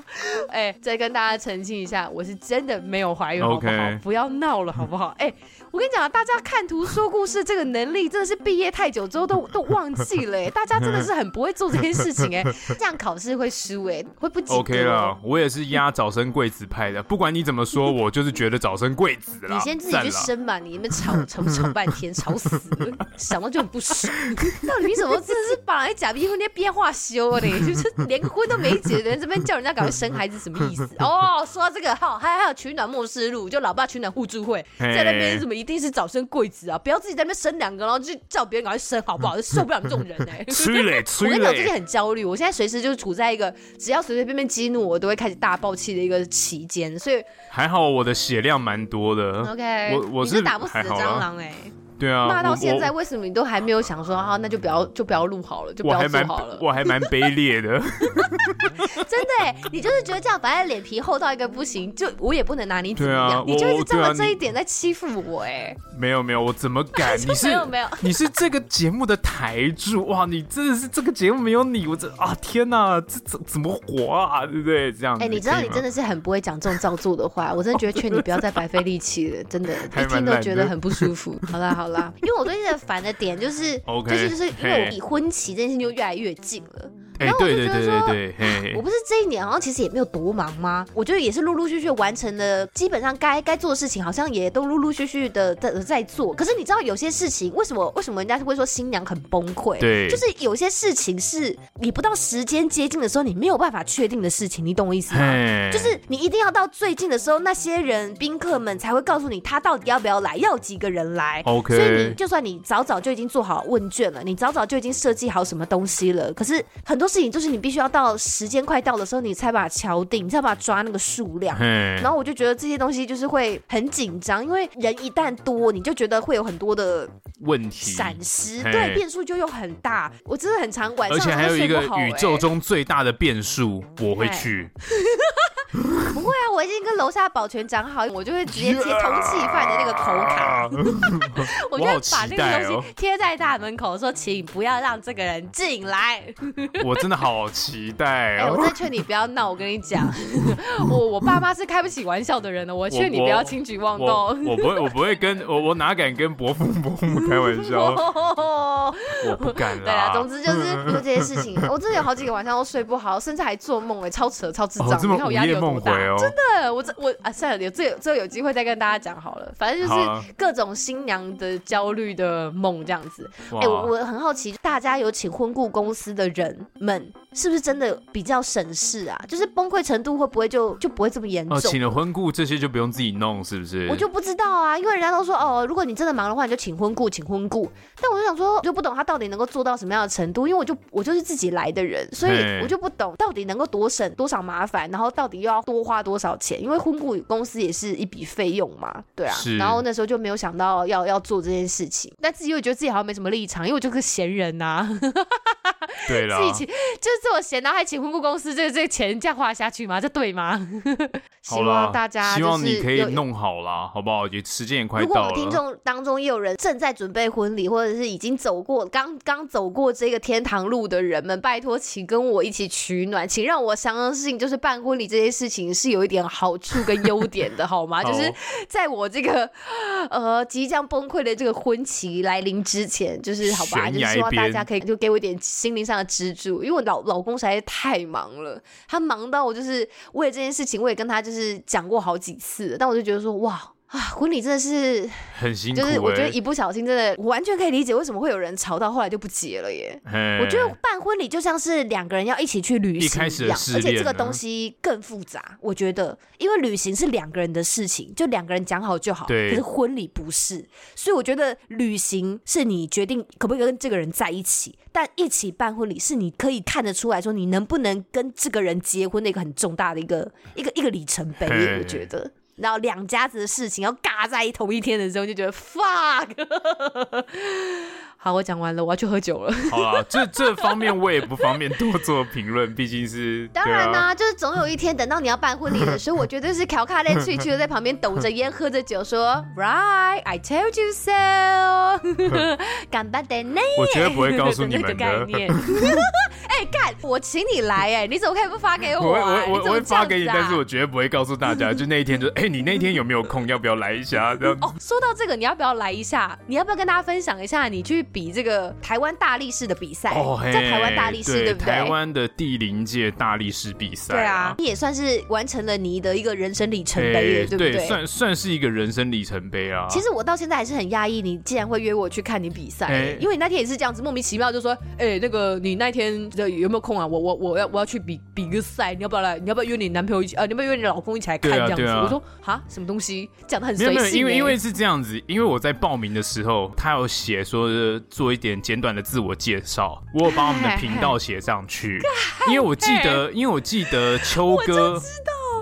S1: 哎、再跟大家澄清一下，我是真的没有怀孕，好不好
S2: OK
S1: 不要闹了，好不好？哎、我跟你讲啊，大家看图说故事这个能力真的是毕业太久之后都都忘记了、哎，大家真的是很不会做这件事情、 哎，这样考试会输，哎，会不及格。
S2: OK 啦，我也是压早生贵子派的，不管你怎 么说，我就是觉得早生贵子啦。
S1: 你先自己
S2: 赞
S1: 去
S2: 啦
S1: 生吧，你们吵吵吵半天，吵死了， 想到就很不爽。 到底你怎么真的是把人家假逼婚那变化修嘞？ 就是连个婚都没结的人，这边叫人家赶快生孩子，什么意思？ 哦，说到这个，好，还还有取暖末世录，就老爸取暖互助会，
S2: 嘿
S1: 在那边什么一定是早生贵子啊，不要自己在那边生两个，然后就叫别人赶快生，好不好？ 受不了你这种人哎、
S2: 催嘞，
S1: 我
S2: 催
S1: 跟你讲，我最近
S2: 嘞，
S1: 很焦虑，我现在随时就处在一个只要随随便便激怒我，都会开始大爆气的一个期间，所以
S2: 还好我的血量蛮多的。
S1: OK，
S2: 嗯我我
S1: 你
S2: 是
S1: 打不死的
S2: 还好啦
S1: 蟑螂哎、
S2: 对啊，
S1: 骂到
S2: 我
S1: 现在，
S2: 我
S1: 为什么你都还没有想说，啊，那就不要就不要录好了，就不
S2: 我
S1: 要
S2: 还
S1: 做
S2: 蛮
S1: 好了？
S2: 我还蛮卑 劣的。
S1: 真的欸，你就是觉得这样，反正脸皮厚到一个不行，就我也不能拿你怎么
S2: 对啊
S1: 样，
S2: 我
S1: 你就一直仗
S2: 对啊
S1: 着
S2: 你
S1: 这一点在欺负我哎、
S2: 没有没有，我怎么 敢？你是
S1: 没有没有，
S2: 你是这个节目的台柱哇！你真的是这个节目没有你，我这啊天哪，这怎怎么活啊？对不对？这样
S1: 哎、你知道你真
S2: 的
S1: 的是很不会讲这种造作的话，我真的觉得劝你不要再白费力气 了，真的，
S2: 还
S1: 一
S2: 蛮
S1: 听都
S2: 懒
S1: 觉
S2: 的
S1: 得很不舒 服。好啦好啦，因为我最近的烦的点就是
S2: OK，
S1: 就是就是因为我
S2: 嘿
S1: 离婚期这件事情就越来越近了，
S2: 哎、
S3: 然后我
S2: 对
S3: 就
S2: 对
S3: 觉得
S2: 对
S3: 说
S2: 对对，嘿
S3: 我不是这一年好像其实也没有多忙吗？我觉得也是陆陆续续完成了，基本上该该做的事情好像也都陆陆续续的在在做。可是你知道有些事情为什么为什么人家会说新娘很崩溃？
S2: 对
S3: 就是有些事情是你不到时间接近的时候，你没有办法确定的事情，你懂我意思吗？
S2: 嘿，
S3: 就是你一定要到最近的时候，那些人宾客们才会告诉你他到底要不要来，要几个人来。所以你
S2: 哦 OK，
S3: 就算你早早就已经做好问卷了，你早早就已经设计好什么东西了，可是很多事情就是你必须要到时间快到的时候，你才把它敲定，你才把它抓那个数量。
S2: 嘿
S3: 然后我就觉得这些东西就是会很紧张，因为人一旦多，你就觉得会有很多的
S2: 问题，
S3: 闪失，
S2: 嘿
S3: 对，变数就又很大。我真的很常晚
S2: 而
S3: 上
S2: 且还有一
S3: 都睡
S2: 个
S3: 不好
S2: 宇
S3: 欸
S2: 宙中最大的变数，我会去。
S3: 不会啊，我已经跟楼下保全讲好，我就会直接贴通气犯的那个口卡。 我就会把
S2: 我好期
S3: 那
S2: 待
S3: 个
S2: 哦
S3: 东西贴在大门口，说请不要让这个人进来。
S2: 我真的好期待
S3: 哎、
S2: 哦
S3: 我！真 的劝你不要闹，我跟你 讲，我我爸妈是开不起玩笑的人的，我劝你不要轻举妄
S2: 我
S3: 动。
S2: 我不会，我不会跟我我哪敢跟伯父伯母开玩 笑，我不敢
S3: 哦对
S2: 啦
S3: 啊，。总之就是 因为这些事情，我真的有好几个晚上都睡不好，甚至还做梦哎、超扯超智障，
S2: 哦，这么
S3: 你看
S2: 午
S3: 我压力
S2: 夜
S3: 有多
S2: 梦回
S3: 大？
S2: 哦，
S3: 对，我这我啊，算了，有这有这有机会再跟大家讲好了。反正就
S2: 好啊
S3: 是各种新娘的焦虑的梦这样子。
S2: 哇！
S3: 哎、我我很好奇，大家有请婚顾公司的人们，是不是真的比较省事啊？就是崩溃程度会不会就就不会这么严
S2: 哦，
S3: 重？
S2: 请了婚顾这些就不用自己弄，是不是？
S3: 我就不知道啊，因为人家都说哦，如果你真的忙的话，你就请婚顾，请婚顾。但我就想说，我就不懂他到底能够做到什么样的程度，因为我就我就是自己来的人，所以
S2: 嘿
S3: 我就不懂到底能够多省多少麻烦，然后到底又要多花多少钱，因为婚顾公司也是一笔费用嘛，对啊
S2: 是。
S3: 然后那时候就没有想到要要做这件事情，但自己又觉得自己好像没什么立场，因为我就个闲人呐、
S2: 对啊啦
S3: 自，己请就是这么闲，然后还请婚顾公司，这个这个钱这样花下去吗？这对吗？ 希
S2: 好啦
S3: 望，大家
S2: 希
S3: 就
S2: 望你
S3: 是
S2: 可以
S3: 有
S2: 弄好啦，好不好？也时间也快
S3: 如果我
S2: 到
S3: 们听
S2: 了。
S3: 众当中也有人正在准备婚礼，或者是已经走过刚刚走过这个天堂路的人们，拜托，请跟我一起取暖，请让我相信，就是办婚礼这些事情是有一点好处跟优点的，好吗？
S2: 好
S3: 就是 在我这个呃即将崩溃的这个婚期来临之前，就是好吧，
S2: 悬
S3: 就是
S2: 崖
S3: 希望大
S2: 边
S3: 家可以就给我一点心灵上的支柱，因为我老老公实在是太忙了，他忙到我就是为了这件事情，我也跟他就是讲过好几次了，但我就觉得说哇。啊，婚礼真的是，
S2: 很辛苦、
S3: 就
S2: 欸，
S3: 是我觉得一不小心，真的我完全可以理解为什么会有人吵到后来就不结了耶。
S2: 嘿
S3: 我觉得办婚礼就像是两个人要一起去旅
S2: 嗯一开始的
S3: 行一样，
S2: 试
S3: 而且
S2: 炼啊
S3: 这个
S2: 呢
S3: 东西更复杂。我觉得，因为旅行是两个人的事情，就两个人讲好就好。
S2: 对
S3: 可是婚礼不是，所以我觉得旅行是你决定可不可以跟这个人在一起，但一起办婚礼是你可以看得出来说你能不能跟这个人结婚的一个很重大的一个一个一个里程碑。
S2: 嘿
S3: 我觉得。然后两家子的事情要尬在同一天的时候，就觉得 fuck。好，我讲完了，我要去喝酒了。
S2: 好啦，这这方面我也不方便多做评论，毕竟是
S3: 当然
S2: 对
S3: 啦、
S2: 啊
S3: 就是总有一天等到你要办婚礼了，所以我绝对是调侃类去去的在旁边抖着烟喝着酒说，Right, I told you so，干 巴的呢，
S2: 我绝对不会告诉
S3: 的
S2: 你
S3: 那个
S2: 们
S3: 概
S2: 的。
S3: 念。哎、干，我请你来哎、你怎么可以不发给
S2: 我会
S3: 我、
S2: 我
S3: 啊？
S2: 会我
S3: 你
S2: 我
S3: 怎么
S2: 会
S3: 这
S2: 发
S3: 样
S2: 给你，
S3: 子啊
S2: 但是我绝对不会告诉大家。就那一天就，哎、你那天有没有空？要不要来一下？这样
S3: 哦，说到这个，你要不要来一下？你要不要跟大家分享一下你去比这个台湾大力士的比赛？
S2: 哦，嘿
S3: 叫台湾大力士，对不对？
S2: 台湾的第零届大力士比赛、
S3: 对啊，，你也算是完成了你的一个人生里程碑
S2: 哎
S3: 了，对不
S2: 算算是一个人生里程碑啊。
S3: 其实我到现在还是很压抑，你竟然会约我去看你比赛、
S2: 哎
S3: 因为你那天也是这样子莫名其妙就说，哎、那个你那天的有没有空啊？我我我要我要去比比个赛，你要不要来？你要不要约你男朋友一起？啊，你要不要约你老公一起来看？
S2: 对啊
S3: 这样子，
S2: 对啊
S3: 我说啊，什么东西？讲的很
S2: 没有
S3: 随
S2: 没
S3: 性、
S2: 有，
S3: 欸，
S2: 因为因为是这样子，因为我在报名的时候，他有写说呃做一点简短的自我介绍，我有把我们的频道写上 去，因为我记得，因为我记得秋哥。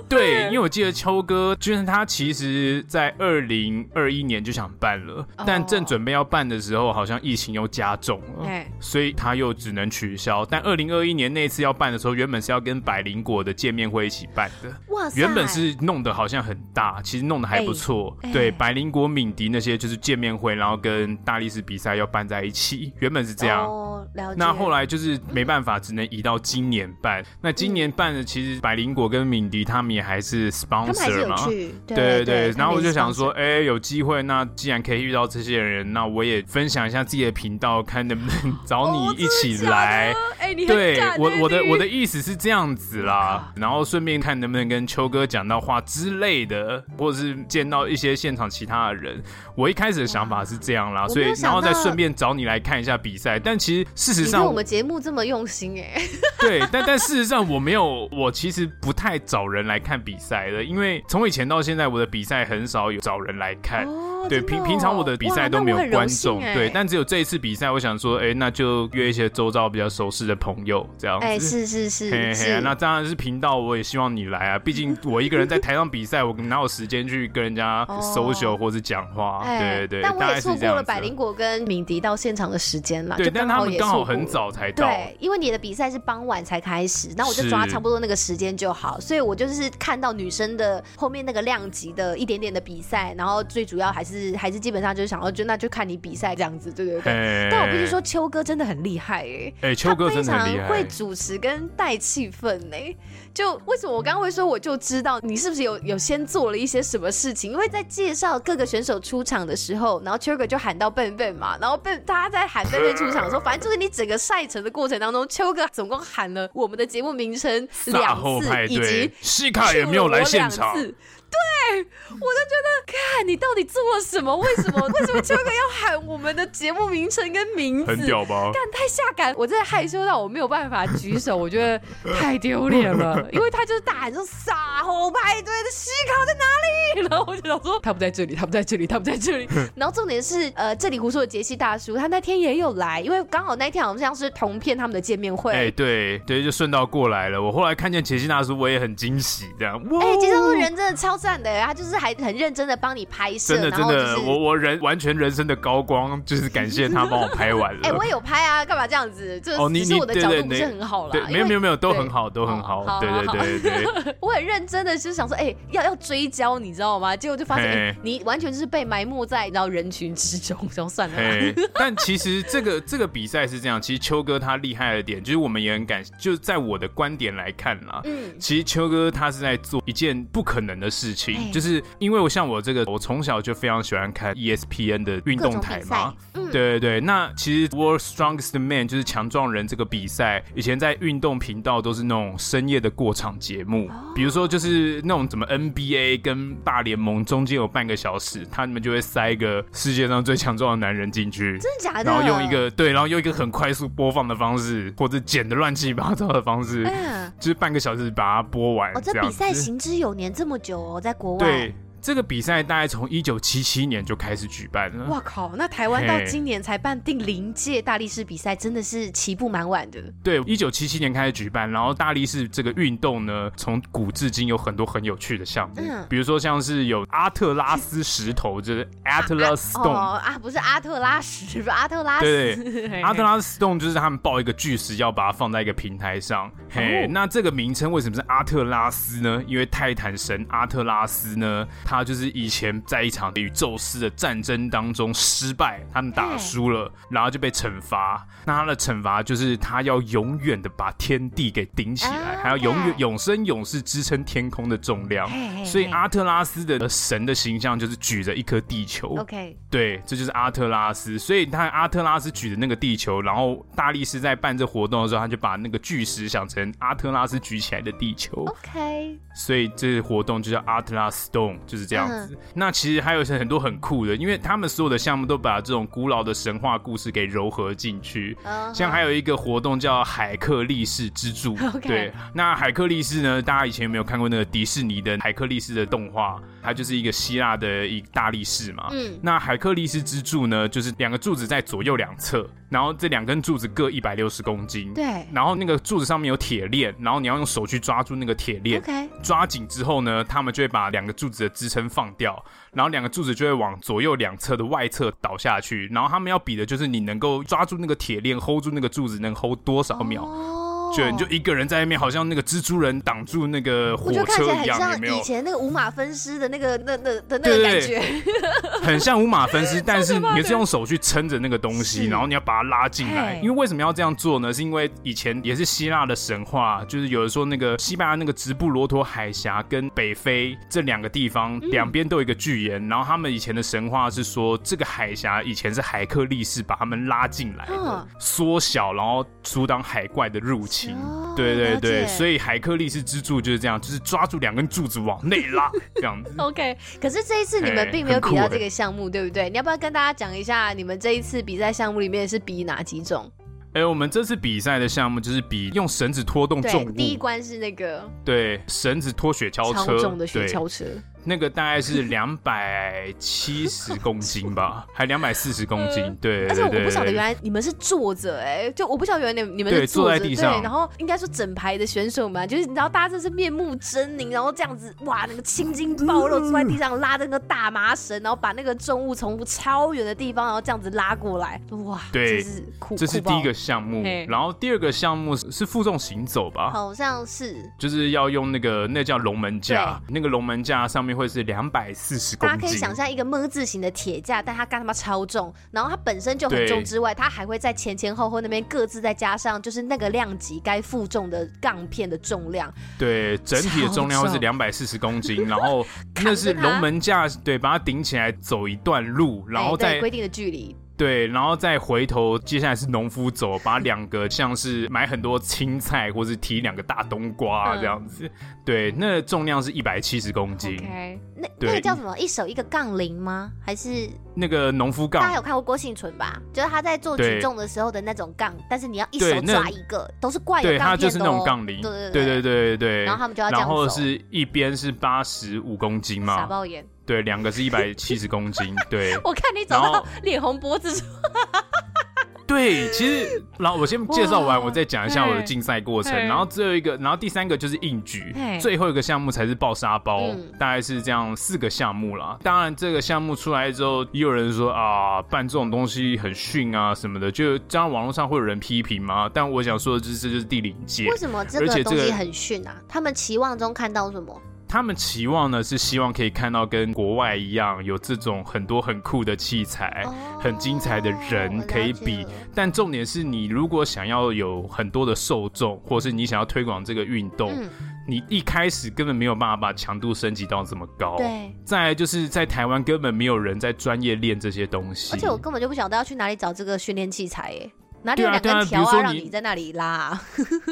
S2: 对，因为我记得秋哥，就是他其实，在二零二一年就想办了，
S3: 哦
S2: 但正准备要办的时候，好像疫情又加重了，
S3: 哎
S2: 所以他又只能取消。但二零二一年那次要办的时候，原本是要跟百灵果的见面会一起办的，
S3: 哇塞，
S2: 原本是弄得好像很大，其实弄得还不错。
S3: 哎哎
S2: 对，百灵果、敏迪那些就是见面会，然后跟大力士比赛要办在一起，原本是这样。
S3: 哦，了解。
S2: 那后来就是没办法，只能移到今年办。那今年办的，其实百灵果跟敏迪他们也还是
S3: 他们还是
S2: sponsor
S3: 有
S2: 嘛。
S3: 去，
S2: 对
S3: 对对
S2: 对，
S3: 他们
S2: 然后我
S3: 也
S2: 就是想说，
S3: sponsor，
S2: 哎、有机会，那既然可以遇到这些人，那我也分享一下自己的频道，看能不能 找你一起来。
S3: 哦哦真的假的哎、哎、你很
S2: 对
S3: 假
S2: 我我的我
S3: 的
S2: 的意思是这样子啦，啊然后顺便看能不能跟秋哥讲到话之类的，或者是见到一些现场其他的人。我一开始的想法是这样啦，
S3: 我
S2: 所以
S3: 没有想
S2: 然后再
S3: 到
S2: 顺便找你来看一下比赛。但其实事实
S3: 你对
S2: 上
S3: 我们节目这么用心哎、
S2: 对， 但但事实上我没有，我其实不太找人来看比赛的，因为从以前到现在我的比赛很少有找人来看。
S3: 哦
S2: 对，
S3: 真的
S2: 平
S3: 哦
S2: 平常我的比赛都没有
S3: 哇那我很
S2: 观
S3: 荣幸
S2: 众，
S3: 哎
S2: 对，但只有这一次比赛，我想说，哎、那就约一些周遭比较熟识的朋友这样子。
S3: 哎、是是是
S2: 哦嘿嘿
S3: 是
S2: 啊，，那当然是频道，我也希望你来 啊！毕竟我一个人在台上比赛，我哪有时间去跟人家
S3: 哦
S2: social 或者讲话？
S3: 哎
S2: 啊对对对，
S3: 但我
S2: 大
S3: 也
S2: 概
S3: 错
S2: 是这
S3: 过
S2: 样
S3: 了
S2: 子啊
S3: 百灵果跟敏迪到现场的时间啦，
S2: 对，
S3: 就
S2: 但他们
S3: 也
S2: 刚好
S3: 错过
S2: 很
S3: 了
S2: 早才到，
S3: 对，因为你的比赛是傍晚才开始，那我就是抓差不多那个时间就好，所以我就是看到女生的后面那个量级的一点点的比赛，然后最主要还是还是基本上就是想要就那就看你比赛这样子，对对对。
S2: 哎，
S3: 但我必须说，秋哥真的很厉害哎、
S2: 哎、秋哥
S3: 他非
S2: 真的
S3: 常
S2: 很厉害，
S3: 会主持跟带气氛呢、就为什么我刚刚会说，我就知道你是不是有有先做了一些什么事情？因为在介绍各个选手出场的时候，然后 Chugger 就喊到笨笨嘛，然后笨大家在喊笨笨出场的时候，反正就是你整个赛程的过程当中，Chugger 总共喊了我们的节目名称
S2: 大
S3: 两
S2: 后
S3: 次
S2: 派，
S3: 以及
S2: 对，西卡也没有来现场
S3: 对，我，就觉得，看你到底做了什么？为什么 为什么秋哥要喊我们的节目名称跟名字？
S2: 很屌吧？
S3: 干太下感，我真的害羞到我没有办法举手，我觉得太丢脸了， 因为他就是大喊说“傻猴派对的西卡在哪里”，然后我就想说他不在这里，他不在这里，他不在这里。 然后重点是，呃，这里胡说的杰西大叔他那天也有来，因为刚好那天好像是同片他们的见面会。
S2: 哎、对对，就顺道过来了。我后来看见杰西大叔，我也很惊喜，这样。哇
S3: 哎、杰西大叔人真的超赞的，他就是还很认真的帮你拍摄，
S2: 真的
S3: 然
S2: 真
S3: 后就是
S2: 的，我我人完全人生的高光，就是感谢他帮我拍完了。
S3: 哎、我也有拍啊，干嘛这样子？就是、
S2: 哦你
S3: 只是
S2: 你
S3: 我的
S2: 对
S3: 角
S2: 对
S3: 度不是
S2: 对
S3: 很好啦，
S2: 对，没有没
S3: 有，
S2: 有没有，都
S3: 对
S2: 很好，都很
S3: 哦
S2: 好。
S3: 好
S2: 对
S3: 好
S2: 对
S3: 好
S2: 对对 对，
S3: 我很认真的就是想说，哎、要要追焦，你知道吗？结果就发现、
S2: 嘿
S3: 哎你完全就是被埋没在然后人群之中， 我想说算了啦。
S2: 嘿，但其实这个这个比赛是这样，其实秋哥他厉害的点，就是我们也很感，就是在我的观点来看啦，
S3: 嗯，
S2: 其实秋哥他是在做一件不可能的事情，
S3: 哎
S2: 就是因为我像我这个，我从小就非常喜欢看 E ESPN 的运
S3: 各
S2: 动
S3: 种
S2: 台
S3: 比赛嗯
S2: 嘛。，对对对，那其实 World Strongest Man 就是强壮人这个比赛，以前在运动频道都是那种深夜的过场节目，
S3: 哦
S2: 比如说就是那种怎么 NBA 跟大联盟中间有半个小时，他们就会塞一个世界上最强壮的男人进去，
S3: 真的假的？
S2: 然后用一，个对，然后用一个很快速播放的方式，或者剪的乱七八糟的方式，
S3: 嗯，
S2: 就是半个小时把它播完。
S3: 哦，这
S2: 样
S3: 比赛
S2: 子
S3: 行之有年这么久哦，在国外。
S2: 对。这个比赛大概从一九七七年就开始举办了，
S3: 哇靠！那台湾到
S2: 嘿
S3: 今年才办第零届大力士比赛，真的是起步蛮晚的。
S2: 对，一九七七年开始举办，然后大力士这个运动呢，从古至今有很多很有趣的项目，
S3: 嗯
S2: 比如说像是有阿特拉斯石头，就是 Atlas
S3: 哦
S2: Stone，、
S3: 啊，不是阿特拉什，不是阿特拉
S2: 对
S3: 斯，嘿
S2: 阿特拉斯 Stone 就是他们抱一个巨石，要把它放在一个平台
S3: 哦
S2: 上。嘿，那这个名称为什么是阿特拉斯呢？因为泰坦神阿特拉斯呢，他就是以前在一场与宙斯的战争当中失败，他们打输了，然后就被惩罚。那他的惩罚就是他要永远的把天地给顶起来，
S3: 啊
S2: 还要永远
S3: OK
S2: 永生永世支撑天空的重量。
S3: 嘿嘿嘿
S2: 所以阿特拉斯的神的形象就是举着一颗地球。
S3: OK，
S2: 对，这就是阿特拉斯。所以他阿特拉斯举的那个地球，然后大力士在办这活动的时候，他就把那个巨石想成阿特拉斯举起来的地球，
S3: OK，
S2: 所以这活动就叫阿特拉斯 Stone，就是这样
S3: 嗯
S2: 子。那其实还有很多很酷的，因为他们所有的项目都把这种古老的神话故事给糅合进去。
S3: 嗯
S2: 像还有一个活动叫海克力士之柱
S3: OK
S2: 对，那海克力士呢？大家以前有没有看过那个迪士尼的海克力士的动画？它就是一个希腊的一大力士嘛。
S3: 嗯，
S2: 那海克力士之柱呢，就是两个柱子在左右两侧，然后这两根柱子各一百六十公斤。。
S3: 对
S2: 然后那个柱子上面有铁链，然后你要用手去抓住那个铁链
S3: ，OK，
S2: 抓紧之后呢，他们就会把两个柱子的支撑放掉，然后两个柱子就会往左右两侧的外侧倒下去。然后他们要比的就是你能够抓住那个铁链，hold 住那个柱子能 hold 多少秒。
S3: 哦
S2: 对，你就一个人在那边，好像那个蜘蛛人挡住那个火
S3: 我觉得看起
S2: 车
S3: 来
S2: 一
S3: 很
S2: 样，有
S3: 像
S2: 没有
S3: 以？前那个五马分尸的那个那那的那个感觉，
S2: 很像五马 分尸，但是你是用手去撑着那个东西，
S3: 是
S2: 然后你要把它拉进来
S3: 嘿。
S2: 因为为什么要这样做呢？是因为以前也是希腊的神话，就是有人说那个西班牙那个直布罗陀海峡跟北非这两个地方，
S3: 嗯
S2: 两边都有一个巨岩，然后他们以前的神话是说这个海峡以前是海克力士把他们拉进来的
S3: 嗯，
S2: 缩小，然后阻挡海怪的入侵。
S3: 哦
S2: 对对
S3: 了
S2: 对，
S3: 解
S2: 所以海克力士之柱就是这样，就是抓住两根柱子往内 拉，这样子。
S3: OK，可是这一次你
S2: 哎
S3: 们并没有
S2: 很
S3: 比
S2: 酷
S3: 到
S2: 哎
S3: 这个项目，对不对？欸你要不要跟大家讲一下你们这一次比赛项目里面是比哪几种？
S2: 哎、我们这次比赛的项目就是比用绳子拖动重
S3: 对，第一
S2: 物，
S3: 关是那个
S2: 对，绳子拖雪橇
S3: 超
S2: 车，
S3: 重的雪
S2: 对，
S3: 橇车，
S2: 那个大概是两百七十公斤吧，还两百四十公斤，对，
S3: 呃而且我
S2: 对
S3: 不晓得
S2: 对
S3: 原来你们是坐着哎、就我不晓得原来你们
S2: 对
S3: 是坐着
S2: 坐在地上
S3: 对，然后应该说整排的选手们，就是你知道大家真是面目狰狞，然后这样子哇，那个青筋暴露，坐在地上拉着那个大麻绳，然后把那个重物从超远的地方，然后这样子拉过来，哇，
S2: 对
S3: 真是酷，
S2: 这是
S3: 酷爆
S2: 第一个，项目
S3: 嘿，
S2: 然后第二个项目是是负重行走吧，
S3: 好像是。
S2: 就是要用那个那叫龙门架，那个龙门架上面会是两百四十公
S3: 大家可以
S2: 斤，
S3: 想象一个么字形的铁架，但它干他妈超重，然后它本身就很
S2: 对
S3: 重之外，它还会在前前后后那边各自再加上就是那个量级该负重的杠片的重量，
S2: 对，整体的重量会是两百四十公斤，然 后那是
S3: 扛着它
S2: 龙门架，对，把它顶起来走一段路，然后
S3: 哎对
S2: 再
S3: 规定的距离，
S2: 对，然后再回头，接下来是农夫走，把两个像是买很多青菜，或是提两个大冬瓜
S3: 嗯
S2: 这样子。对，那重量是一百七十公斤。
S3: OK，那
S2: 对
S3: 那个叫什么？一手一个杠铃吗？还是
S2: 那个农夫
S3: 大家
S2: 杠，
S3: 有看过郭幸存吧？就是他在做
S2: 对
S3: 举重的时候的那种杠，但是你要一
S2: 对
S3: 手
S2: 那
S3: 抓一个，都是挂有
S2: 对，它
S3: 杠片的、哦，
S2: 就是那种杠铃。对
S3: 对对
S2: 对对对对
S3: 然后他们就要这
S2: 然
S3: 样走，
S2: 后是一边是八十五公斤
S3: 傻
S2: 嘛，
S3: 爆眼。
S2: 对，两个是一百七十公 斤，对
S3: 我看你走
S2: 然后
S3: 到脸红脖子粗，
S2: 对。其实， 然后我先介绍完，
S3: 哇
S2: 我再讲一下我的竞赛过程。
S3: 嘿嘿
S2: 然后最后一个，然后第三个就是硬举
S3: 嘿，
S2: 最后一个项目才是爆沙包。
S3: 嗯
S2: 大概是这样四个项目啦。当然，这个项目出来之后，也有人说啊，办这种东西很逊啊什么的，就这样网络上会有人批评吗？但我想说的就是，这就是第零届
S3: 为，什么这
S2: 而且
S3: 个
S2: 这
S3: 东西
S2: 个
S3: 很逊啊？他们期望中看到什么？
S2: 他们期望呢是希望可以看到跟国外一样有这种很多很酷的器材。
S3: 哦
S2: 很精彩的人可以比，哦
S3: 我了解了
S2: 但重点是你如果想要有很多的受众，或是你想要推广这个运动，
S3: 嗯，
S2: 你一开始根本没有办法把强度升级到这么高。
S3: 对，
S2: 再来就是在台湾根本没有人在专业练这些东西，
S3: 而且我根本就不晓得要去哪里找这个训练器材耶。哪里
S2: 对
S3: 有
S2: 啊
S3: 两
S2: 对啊
S3: 根条
S2: 比如说
S3: 让
S2: 你
S3: 你在那里拉、啊？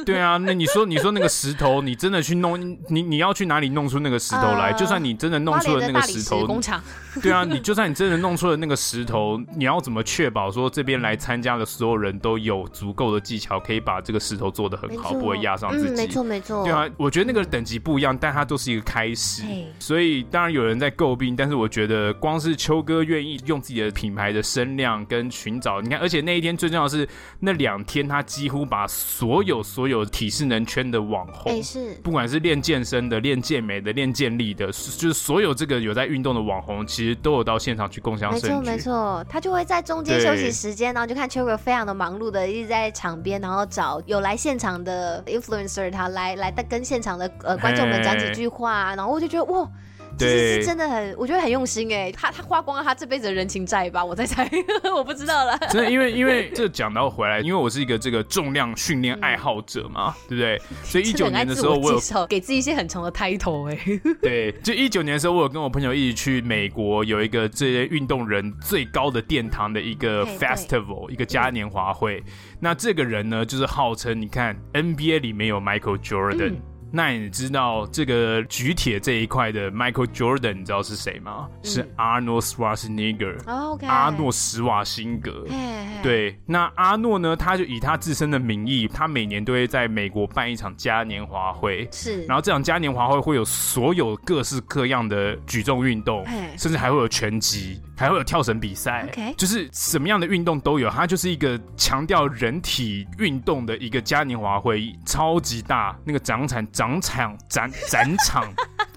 S2: 对啊，那你说你说那个石头，你真的去弄，你你要去哪里弄出那个石头来？
S3: 呃
S2: 就算你真的弄
S3: 花
S2: 出
S3: 莲
S2: 了那
S3: 的
S2: 个
S3: 大理
S2: 石
S3: 石
S2: 头，
S3: 工厂，
S2: 对啊，你就算你真的弄出了那个石头，你要怎么确保说这边来参加的所有人都有足够的技巧，可以把这个石头做得很好，
S3: 没错
S2: 不会压上自
S3: 嗯，
S2: 己
S3: 没？错没错。
S2: 对啊，我觉得那个等级不一样，但它都是一个开始。
S3: 嘿
S2: 所以当然有人在诟病，但是我觉得光是秋哥愿意用自己的品牌的声量跟寻找，你看，而且那一天最重要的是那两天，他几乎把所有所有体适能圈的网
S3: 哎、
S2: 红。
S3: 是
S2: 不管是练健身的、练健美的、练健力的，是就是所有这个有在运动的网红，其实都有到现场去共享
S3: 没错
S2: 盛举。
S3: 没错，他就会在中间休息
S2: 对
S3: 时间，然后就看秋哥非常的忙碌的，一直在场边，然后找有来现场的 influencer，他来来跟现场的呃观众们讲几
S2: 嘿
S3: 句话啊、然后我就觉得哇。其
S2: 对
S3: 实是真的很，我觉得很用心哎，他他花光了他这辈子的人情债吧，我在猜， 我不知道啦。
S2: 真的，因为因为这讲到回来，因为我是一个这个重量训练爱好者嘛，对不对？所以一九
S3: 真的很爱
S2: 年的
S3: 自
S2: 时候，我
S3: 我
S2: 有
S3: 介绍，给自己一些很长的 title 哎、
S1: 欸
S2: 对，就一九年的时候，我有跟我朋友一起去美国，有一个这些运动人最高的殿堂的一个
S3: 嘿对
S2: festival，一个嘉年华会。那这个人呢，就是号称你看 NBA 里面有 Michael Jordan，、那
S3: 嗯
S2: 你知道这个举铁这一块的 Michael Jordan，你知道是谁吗？
S3: 嗯
S2: 是 Arnold Schwarzenegger，、
S3: o k
S2: 阿诺，施瓦辛格。
S3: 哦嘿嘿，
S2: 对，那阿诺呢？他就以他自身的名义，他每年都会在美国办一场嘉年华会。
S3: 是，
S2: 然后这场嘉年华会会有所有各式各样的举重运动
S3: 嘿，
S2: 甚至还会有拳击，还会有跳绳比赛
S3: 哎 OK
S2: 就是什么样的运动都有。它就是一个强调人体运动的一个嘉年华会，超级大，那个展场展场展展场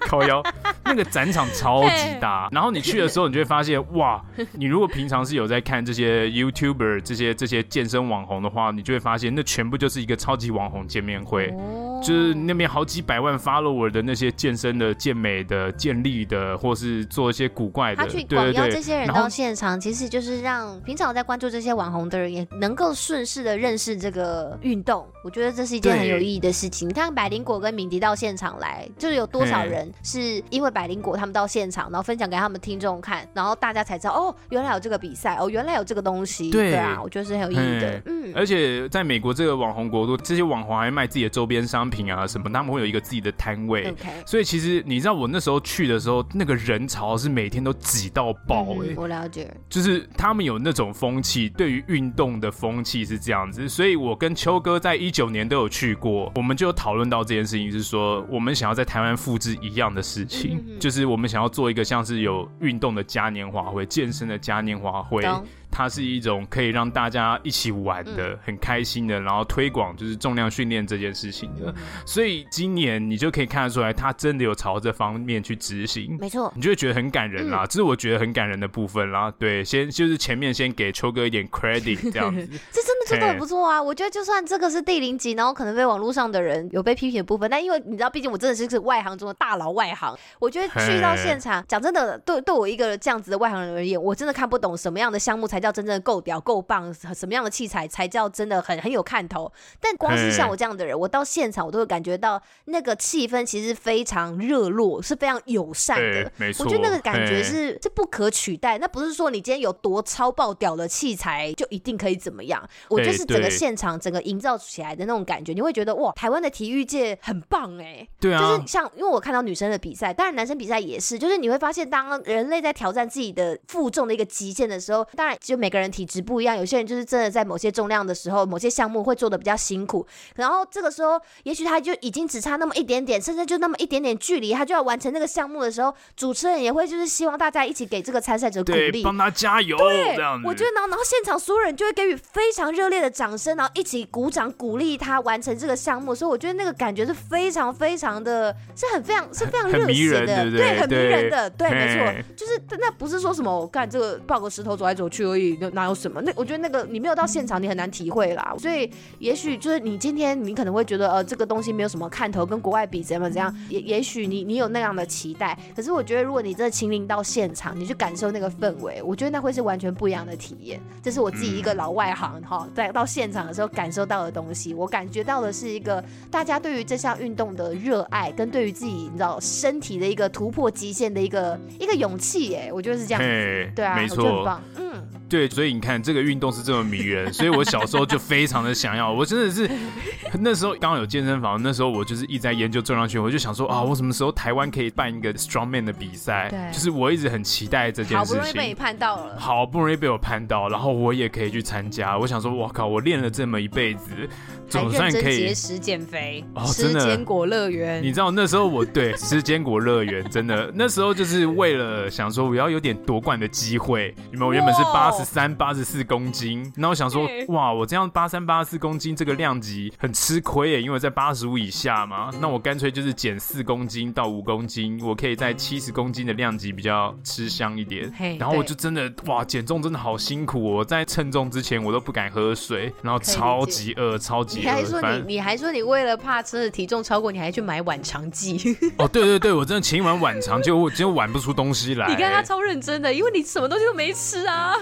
S2: 靠腰，那个展场超级大。然后你去的时候，你就会发现，哇，你如果平常是有在看这些 YouTuber 这些这些健身网红的话，你就会发现，那全部就是一个超级网红见面会。
S3: 哦
S2: 就是那边好几百万 follower 的那些健身的、健美的、健力的，或是做一些古怪的，
S3: 他去
S2: 对
S3: 广
S2: 对
S3: 邀
S2: 对，
S3: 这些人
S2: 然后
S3: 到现场，其实就是让平常有在关注这些网红的人也能够顺势的认识这个运动。我觉得这是一件
S2: 对
S3: 很有意义的事情。你看百灵果跟敏迪到现场来，就是有多少人是因为百灵果他们到现场，然后分享给他们听众看，然后大家才知道哦，原来有这个比赛，哦，原来有这个东西。
S2: 对
S3: 啊，我觉得是很有意义的
S2: 嘿。
S3: 嗯，
S2: 而且在美国这个网红国度，这些网红还卖自己的周边商品啊什么，他们会有一个自己的摊位。
S3: OK，
S2: 所以其实你知道，我那时候去的时候，那个人潮是每天都挤到爆
S3: 嗯
S2: 哎、欸
S3: 我了解。
S2: 就是他们有那种风气，对于运动的风气是这样子。所以我跟秋哥在一九年都有去过，我们就有讨论到这件事情，是说我们想要在台湾复制一样的事情，
S3: 嗯嗯嗯
S2: 就是我们想要做一个像是有运动的嘉年华会、健身的嘉年华会，
S3: 懂，
S2: 它是一种可以让大家一起玩的、很开心的，然后推广就是重量训练这件事情的。所以今年你就可以看得出来，它真的有朝这方面去执行。
S3: 没错。
S2: 你就会觉得很感人啦，
S3: 嗯
S2: 这是我觉得很感人的部分啦。对，先就是前面先给秋哥一点 credit 这样子，
S3: 这真的做的很不错啊！啊我觉得就算这个是第零集，然后可能被网络上的人有被批评的部分，但因为你知道，毕竟我真的是个外行中的大佬外行，我觉得去到现场，讲真的，对对我一个这样子的外行人而言，我真的看不懂什么样的项目才叫真正的够屌、够棒，什么样的器材才叫真的很很有看头。但光是
S2: 嘿
S3: 像我这样的人，我到现场我都会感觉到那个气氛其实非常热络，是非常友善的
S2: 对。，没错。
S3: 我觉得那个感觉
S2: 嘿
S3: 是是不可取代，那不是说你今天有多超爆屌的器材就一定可以怎么样。我
S2: 对
S3: 就是整个
S2: 对
S3: 现场整个营造起来的那种感觉，你会觉得哇，台湾的体育界很棒哎、
S2: 对啊，
S3: 就是像，因为我看到女生的比赛，当然男生比赛也是，就是你会发现，当人类在挑战自己的负重的一个极限的时候，当然就每个人体质不一样，有些人就是真的在某些重量的时候，某些项目会做的比较辛苦，然后这个时候，也许他就已经只差那么一点点，甚至就那么一点点距离，他就要完成那个项目的时候，主持人也会就是希望大家一起给这个参赛者鼓
S2: 对，
S3: 励。
S2: 帮他加油
S3: 对
S2: 这样，子。
S3: 我觉得然后然后现场所有人就会给予非常热烈的掌声，然后一起鼓掌鼓励他完成这个项目，所以我觉得那个感觉是非常非常的，是很非常是 非常
S2: 很
S3: 热
S2: 迷
S3: 血
S2: 人
S3: 的，
S2: 对不
S3: 对，
S2: 对
S3: 很迷
S2: 对
S3: 人的，对，没
S2: 嘿
S3: 错，就是那不是说什么我干这个抱个石头走来走去而已，那哪有什么？那我觉得那个你没有到现场，你很难体会啦。所以也许就是你今天你可能会觉得呃这个东西没有什么看头，跟国外比怎么怎样，也也许你你有那样的期待，可是我觉得如果你真的亲临到现场，你去感受那个氛围，我觉得那会是完全不一样的体验。这是我自己一个老外行哈，在到现场的时候感受到的东西，我感觉到的是一个大家对于这项运动的热爱，跟对于自己你知道身体的一个突破极限的一个一个勇气耶，我觉得是这样子。
S2: 嘿
S3: 对啊，
S2: 没
S3: 我觉得很
S2: 错，
S3: 棒。嗯，
S2: 对，所以你看这个运动是这么迷 人，所以我小时候就非常的想要，我真的是 那时候刚好有健身房，那时候我就是一直在研究重量训，我就想说啊，我什么时候台湾可以办一个 strongman 的比赛
S3: 对？
S2: 就是我一直很期待这件
S3: 好
S2: 事
S3: 不容易啊被你
S2: 情。
S3: 盼到了。
S2: 好不容易被我攀到，然后我也可以去参加。我想说，我靠，我练了这么一辈子，
S3: 还
S2: 总
S3: 认
S2: 算
S3: 真
S2: 可以
S3: 节食减肥，
S2: 哦
S3: 吃
S2: 真的
S3: 坚果乐园。
S2: 你知道那时候我对吃坚果乐园真的，那时候就是为了想说我要有点夺冠的机会。你们我原本是
S3: 哇哦
S2: 八十三、八十四公斤，那我想说
S3: 嗯，
S2: 哇，我这样八三、八四公斤这个量级很吃亏耶，因为我在八十五以下嘛。那我干脆就是减四公斤到五公斤，我可以在七十公斤的量级比较吃香一点
S3: 嗯嘿。
S2: 然后我
S3: 对
S2: 就真的哇，减重真的好辛苦、哦，我在称重之前我都不敢喝水，然后
S3: 可以理解
S2: 超级饿，超级
S3: 你
S2: 饿
S3: 还说，
S2: 反
S3: 你
S2: 正，
S3: 你还说你为了怕真的体重超过，你还去买晚肠剂。 你
S2: 哦，对对对，我真的前一晚晚肠，结果我结果晚不出东西
S1: 哎
S2: 来。
S3: 看他超认真的，因为你什么东西都没吃 啊。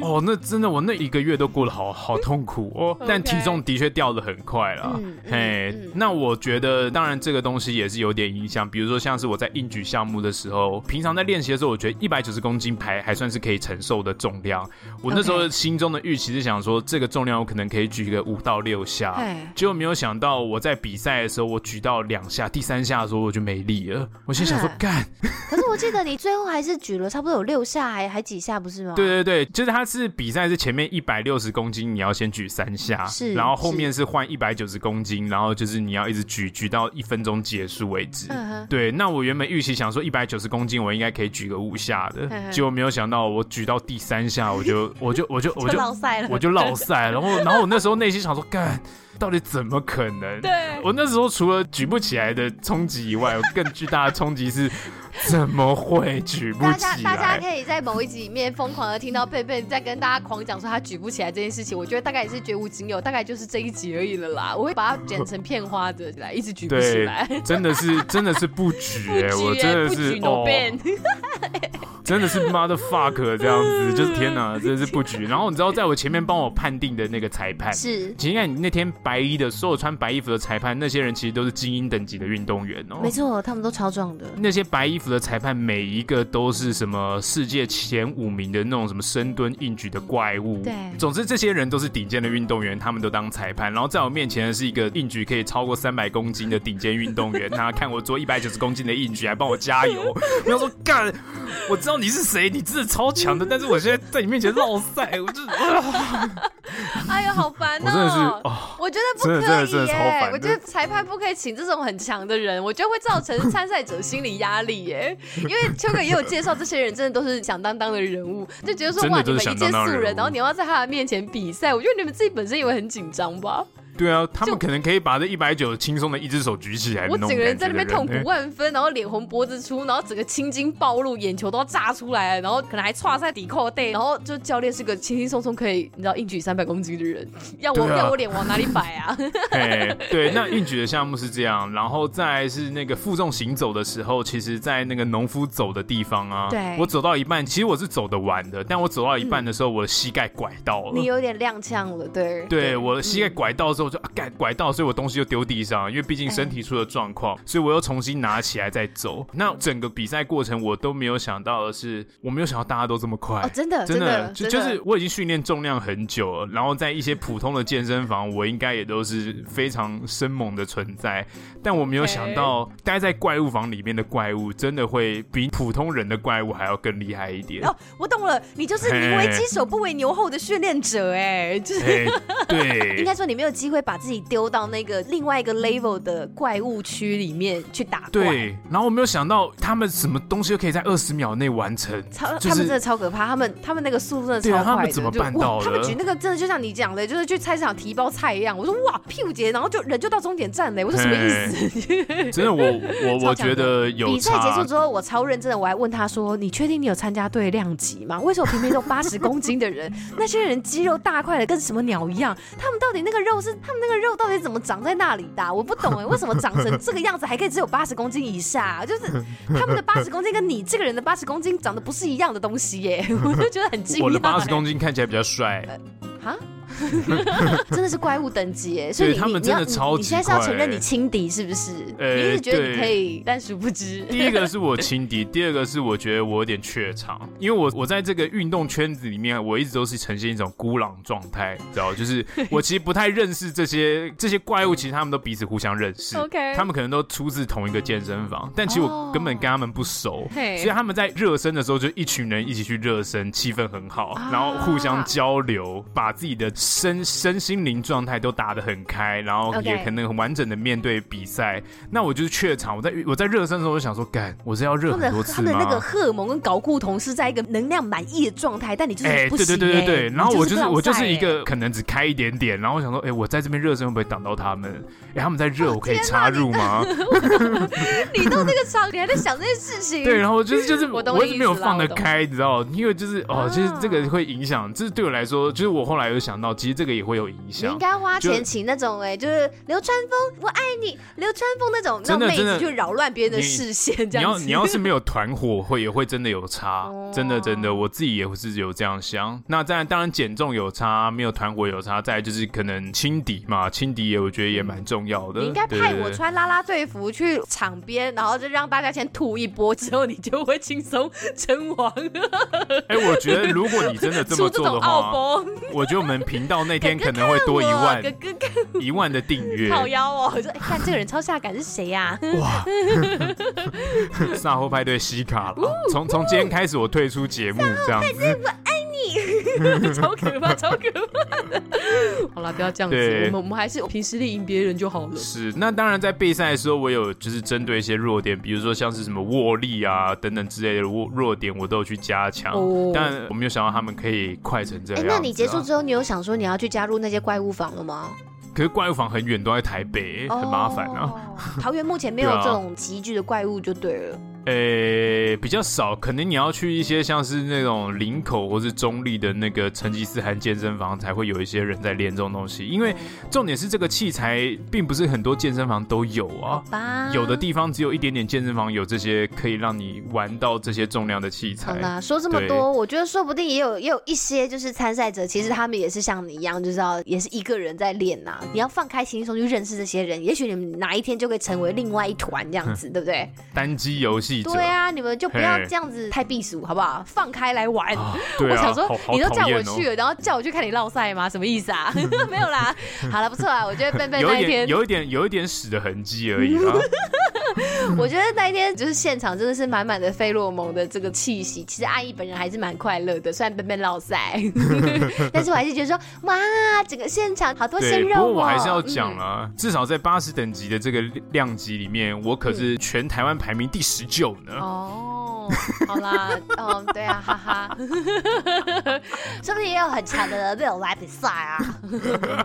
S2: 哦，那真的我那一个月都过得好好痛苦哦
S3: OK，
S2: 但体重的确掉的很快啦。
S3: 嗯嗯
S2: 嘿，
S3: 嗯
S2: 那我觉得当然这个东西也是有点影响，比如说像是我在硬举项目的时候，平常在练习的时候，我觉得一百九十公斤还还算是可以承受的重量。我那时候
S3: OK
S2: 心中的预期是想说，这个重量我可能可以举个五到六下。
S3: 哎，
S2: 结果没有想到，我在比赛的时候，我举到两下，第三下的时候我就没力了。我心想说
S3: 啊，
S2: 干，
S3: 可是我记得你最后还是举了差不多有六下，还还几下不是吗？
S2: 对对对，就是他是比赛是前面一百六十公斤，你要先举三下，
S3: 是
S2: 然后后面是换一百九十公斤，然后就是你要一直举，举到一分钟结束为止。
S3: 嗯哼，
S2: 对，那我原本预期想说一百九十公斤，我应该可以举个五下的，
S3: 嗯
S2: 结果没有想到我举到 第三下，我就我就我就我就
S3: 落赛了，
S2: 我就落赛了，然后然后我那时候内心想说，干，到底怎么可能？
S3: 对，
S2: 我那时候除了举不起来的冲击以外，我更巨大的冲击是，怎么会举不
S1: 大
S2: 起
S1: 家大家
S2: 来？
S1: 可以在某一集里面疯狂的听到贝贝在跟大家狂讲说他举不起来这件事情，我觉得大概也是绝无仅有，大概就是这一集而已了啦。我会把它剪成片花的来，一直举不起
S2: 对
S1: 来。，
S2: 真的是真的是不举哎、
S3: 不
S2: 我
S3: 举
S2: 真
S3: 欸
S2: 的
S3: 不
S2: 是
S3: 举
S2: 哦
S3: no，变，
S2: 真的是 mother fuck 这样子，就是天哪，真的是不举。然后你知道，在我前面帮我判定的那个裁判，
S1: 是，
S2: 其实你看你那天白衣的所有穿白衣服的裁判，那些人其实都是精英等级的运动员哦。
S1: 没错，他们都超壮的。
S2: 那些白衣服的裁判，每一个都是什么世界前五名的那种什么深蹲硬举的怪物。
S1: 对
S2: 总之这些人都是顶尖的运动员，他们都当裁判。然后在我面前的是一个硬举可以超过三百公斤的顶尖运动 员，他看我做一百九十公斤的硬举，还帮我加油。我想说干，我知道你是谁，你真的超强的，但是我现在在你面前落赛， 我就、啊
S1: 哎呦，好烦
S2: 我真的是
S1: 哦！
S2: 哦。
S1: 我觉得不
S2: 真的真
S1: 可
S2: 的真
S1: 以
S2: 的
S1: 耶、
S2: 超烦
S1: 我觉得裁判不可以请这种很强的人，我 觉得会造成参赛者心理压力耶、因为秋哥也有介绍，这些人真的都是响当当的人物，就觉得说
S2: 真的
S1: 哇，
S2: 都
S1: 你
S2: 是
S1: 们一介
S2: 响当当
S1: 素
S2: 的人
S1: 人，
S2: 物
S1: 然后你要在他的面前比赛，我觉得你们自己本身也会很紧张吧。
S2: 对啊，他们可能可以把这一百九轻松的一只手举起来的
S1: 我
S2: 那种
S1: 整
S2: 感
S1: 个人
S2: 觉的人，
S1: 在那边痛苦万分，然后脸红脖子粗，然后整个青筋暴露，眼球都要炸出来，然后可能还歘在底扣带，然后就教练是个轻轻松松可以你知道硬举三百公斤的人，要我、
S2: 对啊
S1: 要我脸往哪里摆 啊？
S2: 哎，对，那运举的项目是这样，然后再来是那个负重行走的时候，其实，在那个农夫走的地方啊，
S1: 对
S2: 我走到一半，其实我是走得完的，但我走到一半的时候，我的膝盖拐到了。
S1: 你有点踉跄了，对嗯
S2: 对，我的膝盖拐到之后就啊，改拐到，所以我东西就丢地上，因为毕竟身
S1: 哎
S2: 体出了状况，所以我又重新拿起来再走。那整个比赛过程我都没有想到的是，我没有想到大家都这么快
S1: 哦，，真的
S2: 真
S1: 的
S2: 就
S1: 真
S2: 就
S1: 的
S2: 是我已经训练重量很久了，然后在一些普通的健身房，我应该也都是非常生猛的存在，但我没有
S1: 哎
S2: 想到待在怪物房里面的怪物，真的会比普通人的怪物还要更厉害一点。
S3: 哦，我懂了，你就是宁为鸡首不为牛后的训练者哎，就是
S2: 哎，
S1: 应
S2: 对
S1: 该。说你没有机会把自己丢到那个另外一个 level 的怪物区里面去打怪。
S2: 对，然后我没有想到他们什么东西都可以在二十秒内完成，
S1: 超，
S2: 就是
S1: 他们真的超可怕，他们他们那个速度真的
S2: 对啊
S1: 超快的，
S2: 他们怎么
S1: 就
S2: 办
S1: 哇
S2: 到
S1: 他们
S2: 的
S1: 举那个真的就像你讲的，就是去菜市场提包菜一样。我说哇，屁节，然后就人就到终点站嘞，我说什么意思？
S2: 真的我我我
S1: 超强
S2: 觉
S1: 的
S2: 得有
S1: 比赛结
S2: 差
S1: 束，之后，我超认真的，我还问他说：“你确定你有参加对量级吗？为什么偏偏都八十公斤的人，那些人肌肉大块的跟什么鸟一样？他们到底那个肉是他们那个肉到底怎么长在那里的啊、我不懂哎、为什么长成这个样子还可以只有八十公斤以下啊、就是他们的八十公斤跟你这个人的八十公斤长得不是一样的东西耶、我就觉得很惊讶、
S2: 我的八十公斤看起来比较帅，
S1: 啊， 真的是怪物等级耶！所以
S2: 对
S1: 你
S2: 他们
S1: 你要
S2: 真的超
S1: 你，你现在是要
S2: 级
S1: 承
S2: 快
S1: 认你轻敌是不是？
S2: 呃
S1: 你一直觉得你
S2: 对
S1: 可以，但殊不知。
S2: 第一个是我轻敌，第二个是我觉得我有点怯场，因为我我在这个运动圈子里面，我一直都是呈现一种孤狼状态，你知道，就是 我其实不太认识这些这些怪物，其实他们都彼此互相认识
S3: OK
S2: 他们可能都出自同一个健身房，但其实
S1: 哦
S2: 我根本跟他们不熟。
S3: 嘿
S2: 所以他们在热身的时候，就一群人一起去热身，气氛很好，
S1: 啊
S2: 然后互相交流，把自己的身身心灵状态都打得很开，然后
S1: OK
S2: 也可能很完整的面对比赛。那我就是怯场，我在我在热身的时候，我就想说，干，我是要热
S1: 他
S2: 很
S1: 们
S2: 多
S1: 的
S2: 次
S1: 他
S2: 吗？
S1: 们的那个荷尔蒙跟睾固酮是在一个能量满溢的状态，但你就是
S2: 哎，
S1: 不
S2: 对
S1: 行、欸
S2: 对对对对，然后我就是
S1: 是
S2: 我就是一
S1: 欸
S2: 个可能只开一点点，然后我想说，哎，我在这边热身会不会挡到他们？哎，他们在
S1: 哦
S2: 热，我可以插入吗？
S1: 你到那个场，你还在想这件事情。
S2: 对，然后我就是就是
S3: 我
S2: 我
S3: 懂你
S2: 一直没有
S3: 意思啦
S2: 放得
S3: 我懂
S2: 开，你知道，因为就是哦，其实
S1: 啊
S2: 这个会影响，这对我来说，就是我后来有想到，其实这个也会有影
S1: 你应
S2: 响。
S1: 该花钱
S2: 就
S1: 请那种哎、就是流川枫，我爱你，流川枫那种让
S2: 真的
S1: 妹
S2: 真
S1: 子
S2: 的
S1: 去扰乱别人的
S2: 你
S1: 视线，这样
S2: 你要
S1: 子。
S2: 你 要是没有团伙，会也会真的有差，真的真的，我自己也是有这样想。那当然当然减重有差，没有团伙有差，再来就是可能轻敌嘛，轻敌也我觉得也蛮重要的。
S1: 你应该
S2: 对
S1: 派
S2: 对
S1: 我
S2: 对
S1: 穿啦啦队服去场边，然后就让大家先吐一波，之后你就会轻松称王。
S2: 哎、我觉得如果你真的 这么
S3: 出这
S2: 做
S3: 种
S2: 的
S3: 奥
S2: 话，
S3: 博，
S2: 我觉得我们频道那天可能会多一万
S3: 哥哥哥
S2: 一万的订阅。
S3: 靠腰哦
S1: 我，说，哎、看这个人超下感是谁啊 呀、
S2: 哇！赛后派对西卡了，从从今天开始我退出节目这样子。
S3: 超可怕，超可怕 的。好啦，不要这样子，
S2: 对
S3: 我们我们还是凭实力赢别人就好了。
S2: 是，那当然在备赛的时候，我有就是针对一些弱点，比如说像是什么握力啊等等之类的弱弱点，我都有去加强啊
S3: 哦。
S2: 但我没有想到他们可以快成这
S1: 哎、
S2: 样。啊
S1: 那你结束，之后，你有想说你要去加入那些怪物房了吗？
S2: 可是怪物房很远，都在台北，很麻烦啊。
S3: 哦。桃园目前 没有
S2: 对啊
S3: 这种集聚的怪物就对了。
S2: 呃、比较少，可能你要去一些像是那种林口或是中立的那个成吉思汗健身房，才会有一些人在练这种东西。因为重点是这个器材并不是很多健身房都有啊，
S3: 吧，
S2: 有的地方只有一点点健身房有这些可以让你玩到这些重量的器
S3: 好
S2: 材。
S3: 啦，说这么
S2: 对
S3: 多，我觉得说不定也有也有一些就是参赛者，其实他们也是像你一样，就是要也是一个人在练呐、你要放开心胸去认识这些人，也许你们哪一天就可以成为另外一团这样 子，对不对？
S2: 单机游戏者，
S3: 对啊，你们就不要
S2: 嘿
S3: 这样子太避暑，好不好？放开来玩。
S2: 啊，对啊，
S3: 我想说，
S2: 好好
S3: 你都叫
S2: 讨
S3: 我
S2: 厌哦
S3: 去了，然后叫我去看你落赛吗？什么意 思啊？没有啦，好了，不错啊。我觉得笨笨
S2: 有
S3: 那
S2: 一
S3: 一
S2: 点，
S3: 天，
S2: 有一点，有一点屎的痕迹而已啦。啊
S3: 我觉得那一天就是现场真的是满满的费洛蒙的这个气息。其实阿姨本人还是蛮快乐的，虽然笨笨落 赛，但是我还是觉得说，哇，整个现场好多
S2: 对，
S3: 鲜
S2: 不
S3: 肉、哦。
S2: 过我还是要讲
S3: 嗯
S2: 啦，至少在八十等级的这个量级里面，我可是全台湾排名第十九呢。
S3: 哦， 好啦，嗯，对啊，哈哈，说不定也有很强的人没有来比赛啊。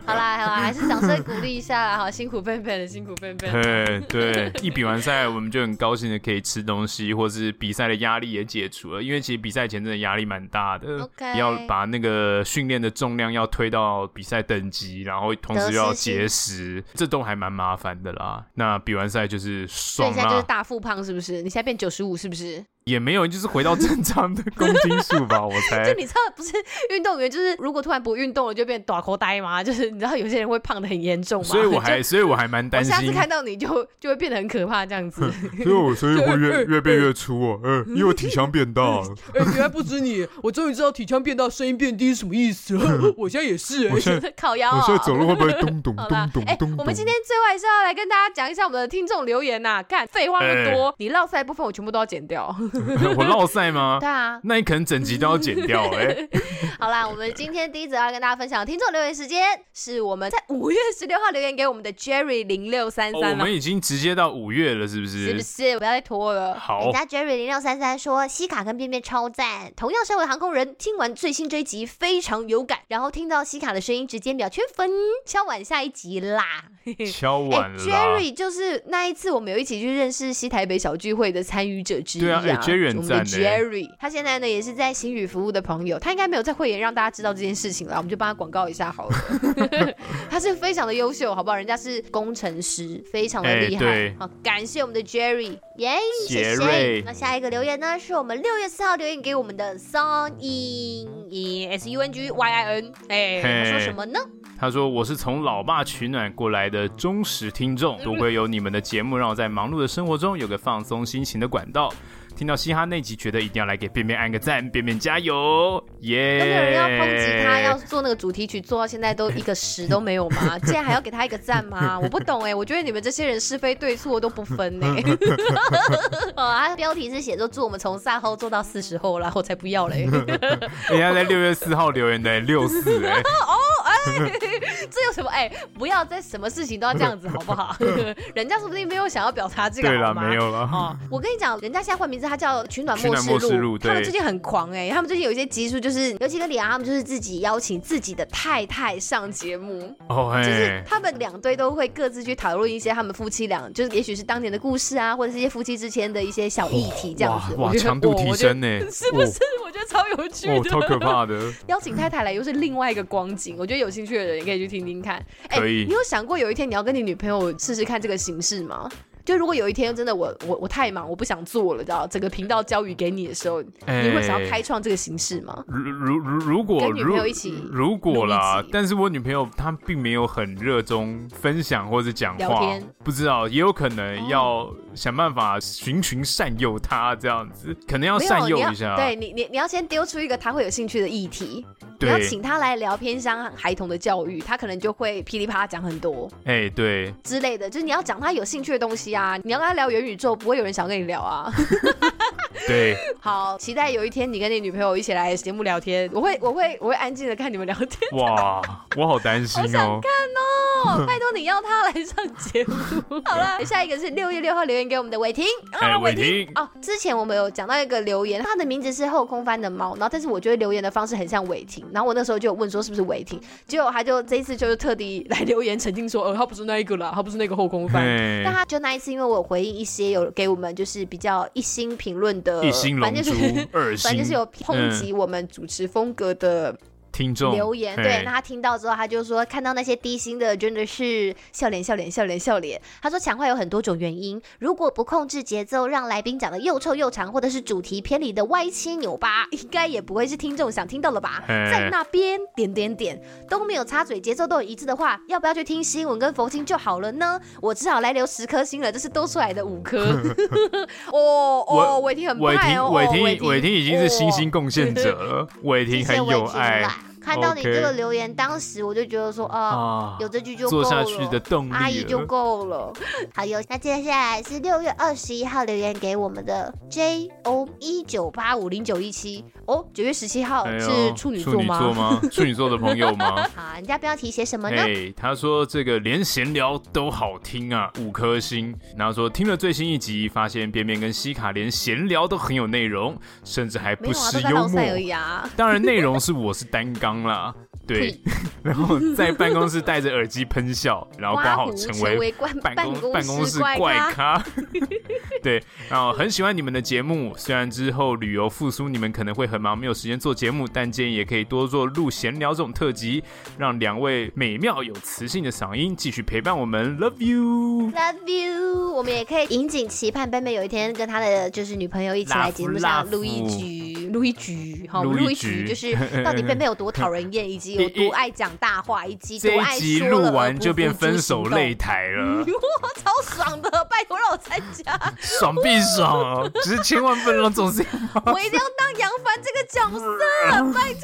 S3: 好啦，好啦，还是掌声鼓励一下啦，好，辛苦笨笨了，辛苦笨笨。
S2: 对对，一比完赛，我们就很高兴的可以吃东西，或是比赛的压力也解除了。因为其实比赛前真的压力蛮大的
S3: OK
S2: 要把那个训练的重量要推到比赛等级，然后同时又要
S3: 得失心
S2: 节食，这都还蛮麻烦的啦。那比完赛就是
S3: 所
S2: 爽
S3: 以你现在就是
S2: 啦，
S3: 大腹胖是不是？你现在变九十五是不是？
S2: 也没有就是回到正常的公斤数 吧，我猜。
S3: 就你知道，不是运动员，就是如果突然不运动了，就变短口呆吗？就是你知道有些人会胖的很严重吗？
S2: 所以我
S3: 就
S2: 还，所以我还蛮
S3: 我
S2: 担
S3: 下次
S2: 心，
S3: 看到你就就会变得很可怕这样子。
S2: 所以我所以
S4: 会越
S2: 越变越粗 哦，嗯，因为我体腔变大了。
S4: 哎、原来不止 你，我终于知道体腔变大、声音变低是什么意思了。我现在也是、哎，
S2: 现
S3: 烤腰啊、哦！
S2: 路会不会咚 咚
S3: 好啦，哎、我们今天最后还是要来跟大家讲一下我们的听众留言呐、看，废话那么
S2: 哎
S3: 多，你落赛部分我全部都要剪掉。
S2: 我落赛吗？
S3: 对啊，
S2: 那你可能整集都要剪 掉哎、
S3: 好啦，我们今天第一则要跟大家分享的听众留言时间，是我们在五月十六号留言给我们的 Jerry 零六三
S2: 哦
S3: 三
S2: 我
S3: 了。
S2: 们已经直接到五月了，是不
S3: 是哎
S2: 是？
S3: 不是？不要再拖了。
S2: 好
S3: 人，家 Jerry 零六三三说，西卡跟便便超赞。同样身为航空人，听完最新这一集非常有感，然后听到西卡的声音直接秒圈粉，敲碗下一集啦。
S2: 敲完了啦。
S3: 哎 Jerry 就是那一次我们有一起去认识西台北小聚会的参与者之一、
S2: 对啊哎，Jerry 很
S3: 我们的
S2: 赞欸
S3: Jerry，他现在呢也是在行旅服务的朋友，他应该没有在会员让大家知道这件事情了，我们就帮他广告一下好 了。 他是非常的优秀，好不好？人家是工程师，非常的
S2: 哎
S3: 厉害。
S2: 对
S3: 好，感谢我们的 Jerry，耶、
S2: 杰
S3: 谢
S2: 瑞
S3: 谢。那下一个留言呢，是我们六月四号留言给我们的 Song In S U N G Y I N，哎、他说
S2: 嘿
S3: 什么呢？
S2: 他说：“我是从老爸取暖过来的忠实听众，
S3: 嗯
S2: 多亏有你们的节目，让我在忙碌的生活中有个放松心情的管道。听到嘻哈那集，觉得一定要来给便便按个赞，便便加油，耶、
S3: 都没有人要抨击他要做那个主题曲，做到现在都一个屎都没有 吗？竟然还要给他一个赞吗？我不懂哎、我觉得你们这些人是非对错都不分哎呢、 哦，他标题是写说祝我们从赛后做到四十后啦，我才不要嘞、
S2: 人家哎在六月四号留言的六四
S3: 啊
S2: 哎，
S3: 这有什么哎、不要在什么事情都要这样子好不好？ 人家说不定没有想要表达这个
S2: 对
S3: 好
S2: 了，
S3: 吗？
S2: 没有了。
S3: 哦，我跟你讲，人家现在换名字，他叫取暖
S2: 取暖
S3: 末
S2: 末世
S3: 录。
S2: 录
S3: 他们
S2: 对
S3: 最近很狂哎、他们最近有一些集数，就是尤其跟李昂，他们就是自己邀请自己的太太上节目。
S2: 哦嘿，
S3: 就是他们两队都会各自去讨论一些他们夫妻俩，就是也许是当年的故事啊，或者是一些夫妻之间的一些小议题这样
S2: 哇
S3: 子。
S2: 哇，
S3: 我觉得
S2: 强度
S3: 哇
S2: 提
S3: 我觉得
S2: 升哎呢，
S4: 是不是？我觉得超有趣
S2: 哦？哦，
S4: 的，
S2: 超可怕 的，
S3: 邀请太太来又是另外一个光景，我觉得有兴趣的人也可以去听听看。哎
S2: 可以
S3: 你有想过有一天你要跟你女朋友试试看这个形式吗？就如果有一天真的我我我太忙，我不想做了，知道整个频道交予给你的时候，
S2: 哎
S3: 你会想要开创这个形式吗？
S2: 如如如哎如果
S3: 跟女朋友
S2: 如
S3: 一起
S2: 如果
S3: 录
S2: 啦
S3: 一集，
S2: 但是我女朋友她并没有很热衷分享或者讲
S3: 聊
S2: 话
S3: 天，哦
S2: 不知道也有可能要想办法循循善诱她这样子，可能要
S3: 没有
S2: 善诱
S3: 你要
S2: 一下，
S3: 对你你你要先丢出一个他会有兴趣的议题，你要
S2: 对，
S3: 请他来聊偏向孩童的教育，他可能就会噼里啪啦讲很多
S2: 哎对，
S3: 之类的。就是你要讲他有兴趣的东西啊，你要跟他聊元宇宙，不会有人想跟你聊啊。
S2: 对，
S3: 好，期待有一天你跟你女朋友一起来节目聊天，我会我会我会安静的看你们聊天。
S2: 哇，我好担心
S3: 好想
S2: 哦，
S3: 看托，拜托你要他来上节目。好了，下一个是六月六号留言给我们的伟霆，
S2: 哎，伟霆，
S3: 哦，之前我们有讲到一个留言，他的名字是后空翻的猫，然后但是我觉得留言的方式很像伟霆，然后我那时候就有问说是不是伟霆，结果他就这一次就是特地来留言澄清说， 呃，他不是那一个啦，他不是那个后空翻。
S2: 哎
S3: 但他就那一次，因为我有回应一些有给我们就是比较一星评论的，
S2: 一心
S3: 反
S2: 龙
S3: 正
S2: 珠
S3: 就是
S2: 二嗯心，
S3: 反正就是有抨击我们主持风格的
S2: 听众哎
S3: 留言，对，那他听到之后，他就说看到那些低薪的真的是笑脸笑脸笑脸笑脸。他说强化有很多种原因，如果不控制节奏，让来宾讲的又臭又长，或者是主题偏离的歪七扭八， 应该也不会是听众想听到了吧？
S2: 嘿
S3: 在那边点点点都没有插嘴，节奏都有一致的话，要不要去听新闻跟佛经就好了呢？我只好来留十颗星了，这是多出来的 五颗。哦哦，伟霆很
S2: 伟
S3: 派
S2: 霆，
S3: 哦，哦
S2: 伟霆，伟霆已经是新
S3: 哦
S2: 兴贡献者了。伟霆很有爱
S3: 啦。看到你这
S2: OK
S3: 个留言，当时我就觉得说，哦，
S2: 啊
S3: 有这句就
S2: 做
S3: 够了，
S2: 下去的动力了。
S3: 阿姨就够了。好有，那接下来是六月二十一号留言给我们的 J O 一九八五零九一七哦，九月十七号
S2: 哎呦
S3: 是处女座
S2: 处女座
S3: 吗？
S2: 吗？处女座的朋友 吗？
S3: 好，人家标题写什么
S2: 哎、
S3: 呢？
S2: 他说这个连闲聊都好听啊，五颗星。然后说听了最新一集，发现便便跟西卡连闲聊都很有内容，甚至还
S3: 没
S2: 不
S3: 有啊，
S2: 失
S3: 都在
S2: 幽
S3: 闹
S2: 默。
S3: 赛而已啊。
S2: 当然内容是我是担纲啦，对。 然后在办公室戴着耳机喷笑，然后挂
S3: 刮
S2: 号
S3: 胡
S2: 成
S3: 成
S2: 为
S3: 为办
S2: 办公
S3: 办
S2: 办公室
S3: 怪
S2: 怪咖。 对，然后很喜欢你们的节目，虽然之后旅游复苏你们可能会很忙，没有时间做节目，但建议也可以多做录闲聊这种特辑，让两位美妙有磁性的嗓音继续陪伴我们，Love you。
S3: Love you，我们也可以引颈期盼贝贝有一天跟他的就是女朋友一起来节目上录一局，录一局，好，
S2: 录一
S3: 录一局，
S2: 局
S3: 就是到底贝贝有多讨人厌，以及有多爱讲大话，以及
S2: 这
S3: 多
S2: 一
S3: 爱
S2: 集
S3: 说
S2: 录
S3: 了而
S2: 完
S3: 不
S2: 就变
S3: 付诸
S2: 分手
S3: 行动
S2: 擂。台了，
S3: 哇，超爽的！拜托让我参加，
S2: 爽必爽哦！只是千万不能让这种 事情。
S3: 我一定要当杨凡这个 角色，拜托。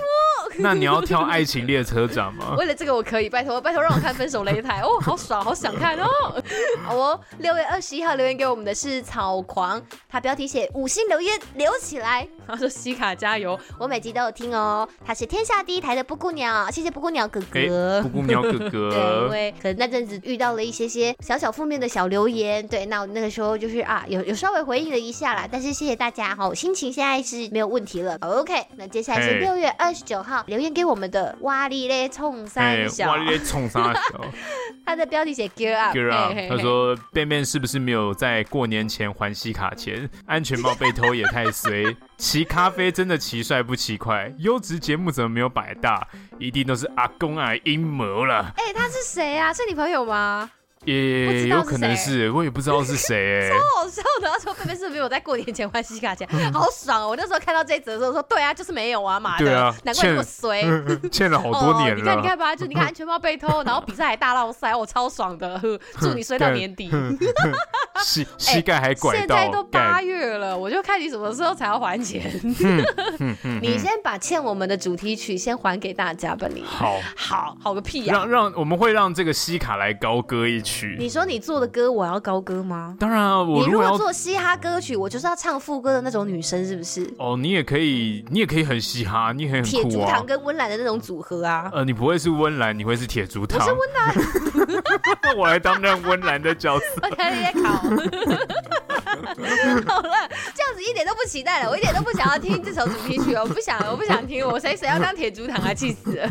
S2: 那你要跳爱情列车长吗？
S3: 为了这个我可以，拜托拜托让我看《分手擂台》哦，好爽，好想看哦。 好哦，六月二十一号留言给我们的是草狂，他标题写五星留言留起来，他说西卡加油，我每集都有听哦。他是天下第一台的布谷鸟，谢谢布谷鸟哥
S2: 哎、
S3: 哥。
S2: 布谷鸟哥
S3: 对，因
S2: 哥，
S3: 为可能那阵子遇到了一些些小小负面的小留言，对，那我那个时候就是啊，有有稍微回应了一下啦，但是谢谢大家哈，我心情现在是没有问题了。OK，那接下来是
S2: 嘿
S3: 六月二十九号留言给我们的哇哩嘞冲
S2: 哎
S3: 三，小
S2: 哇，，你在冲 啥小？
S3: 他的标题写 Gear Up，
S2: Gear up，
S3: 嘿嘿嘿
S2: 啊他说便便是不是没有在过年前还西卡钱？ 安全帽被偷也太衰， 骑咖啡真的骑帅不骑快？优质节目怎么没有百大？一定都是阿公啊阴谋了，
S3: 哎、他是谁啊？是你朋友吗？不
S2: 也
S3: 知道
S2: 有
S3: 是
S2: 可能是，我也不知道是 谁、欸。
S3: 好好笑的，他说贝贝是不是没有在过年前换西卡钱？好爽哦！我那时候看到这一则的时候说，对啊，就是没有啊，妈的，
S2: 对啊
S3: 难怪
S2: 欠
S3: 那么衰。
S2: 哎欠了好多
S3: 哦，
S2: 年
S3: 你
S2: 了。
S3: 看，你看吧，就你看安全帽被偷，然后比赛还大闹赛，我超爽的，呵祝你衰到年底。
S2: 膝膝盖还拐
S3: 哎现
S2: 到，
S3: 在都八
S2: 干
S3: 月了，我就看你什么时候才要还钱。你先把欠我们的主题曲先还给大家吧，你
S2: 好，
S3: 好好个屁啊呀、
S2: 让让我们会让这个西卡来高歌一曲。
S3: 你说你做的歌，我要高歌吗？
S2: 当然啊，我
S3: 你如
S2: 果
S3: 果
S2: 要
S3: 做嘻哈歌曲，我就是要唱副歌的那种女生，是不是？
S2: 哦，你也可以，你也可以很嘻哈，你也很
S3: 铁
S2: 酷
S3: 竹
S2: 啊
S3: 堂。跟温岚的那种组合啊。
S2: 呃，你不会是温岚，你会是铁竹堂。我是温岚， 我来担任温岚的角 色。
S3: 我开始在考。好了，这样子一点都不期待了，我一点都不想要听这首主题曲，我不想，我不想听，我谁谁要当铁竹堂啊，气死了！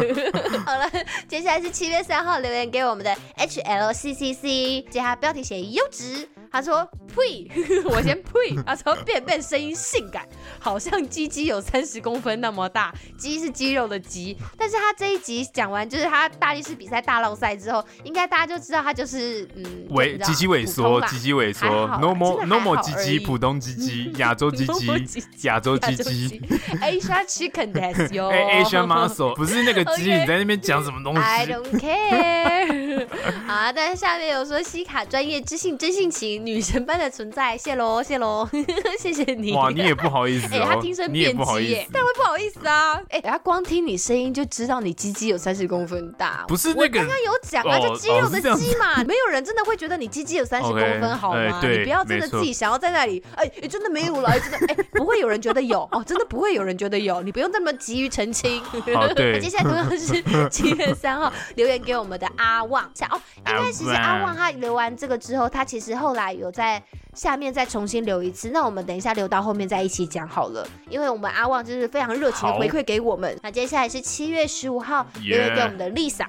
S3: 好了， 接下来是七月三号留言给我们的 H L C C C，接他标题写优质，他说呸，我先呸，他说便便声音性感，好像鸡鸡有三十公分那么大，鸡是肌肉的鸡，但是他这一集讲完，就是他大力士比赛大浪赛之后，应该大家就知道他就是嗯，
S2: 萎，
S3: 就
S2: 鸡
S3: 你知
S2: 鸡
S3: 道
S2: 萎
S3: 普通
S2: 缩，
S3: 啦
S2: 鸡鸡萎缩
S3: 还好啦
S2: ，normal
S3: 真的还好
S2: normal 鸡鸡，
S3: 而已
S2: 普通鸡 鸡，亚洲鸡
S3: normal 鸡
S2: 鸡
S3: 鸡，
S2: 亚洲
S3: 亚
S2: 鸡
S3: 洲
S2: 鸡。
S3: ，Asia Chicken Desk 哟。
S2: 哎，Asian muscle 不是那个鸡，
S3: OK
S2: 你在那边讲什么东
S3: I
S2: 西？
S3: don't care 啊！但是下面有说西卡专业知性真性情，女神般的存在，谢喽谢喽， 谢谢你。
S2: 哇，你也不好意思
S3: 哎、他
S2: 哦
S3: 听声，
S2: 你也
S3: 辨
S2: 不好
S3: 机
S2: 意
S3: 耶
S2: 思，。
S3: 当然会不好意思啊！哎、他光听你声音就知道你鸡鸡有三十公分大，
S2: 不是那个
S3: 刚刚有讲啊，
S2: 哦
S3: 就肌肉
S2: 哦
S3: 的
S2: 是这样
S3: 肌嘛，没有人真的会觉得你鸡鸡有三十公
S2: OK，
S3: 分好吗
S2: 哎？对
S3: 你不要真的
S2: 没错
S3: 自己想要在那里，哎、哎真的没有了，哎真 的，哎、不会有人觉得有哦，真的不会有人觉得有，你不用那么急于澄清。
S2: 好对
S3: 那接下来同样是七月三号留言给我们的阿旺，想哦，应该其实阿旺他留完这个之后，他其实后来有在下面再重新留一次。那我们等一下留到后面再一起讲好了，因为我们阿旺就是非常热情的
S2: 好
S3: 回馈给我们。那接下来是七月十五号留言给我们的 Lisa，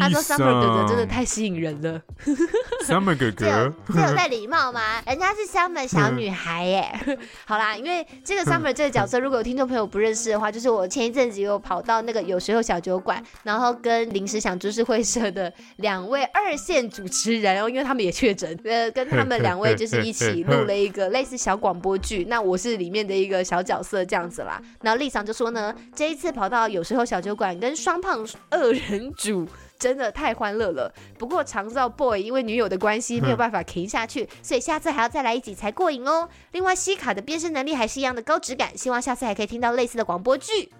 S3: 他说
S2: Lisa
S3: Summer 哥哥真的太吸引人了，
S2: Summer 哥
S3: 这有
S2: 哥，
S3: 这有带礼貌吗？人家是 Summer 小女孩耶。好啦，因为这个 Summer 这个角色，如果有听众朋友不认识的话，就是我前一阵子有跑到那个有时候小酒馆，然后跟临时想株式会社的两位二线主持人，哦然后因为他们也确诊，呃，跟他们两位就是一起录了一个类似小广播剧，那我是里面的一个小角色这样子啦。然后丽桑就说呢，这一次跑到有时候小酒馆跟双胖二人组。真的太欢乐了，不过长照 boy 因为女友的关系没有办法停下去，所以下次还要再来一集才过瘾哦。另外，西卡的变身能力还是一样的高质感，希望下次还可以听到类似的广播剧。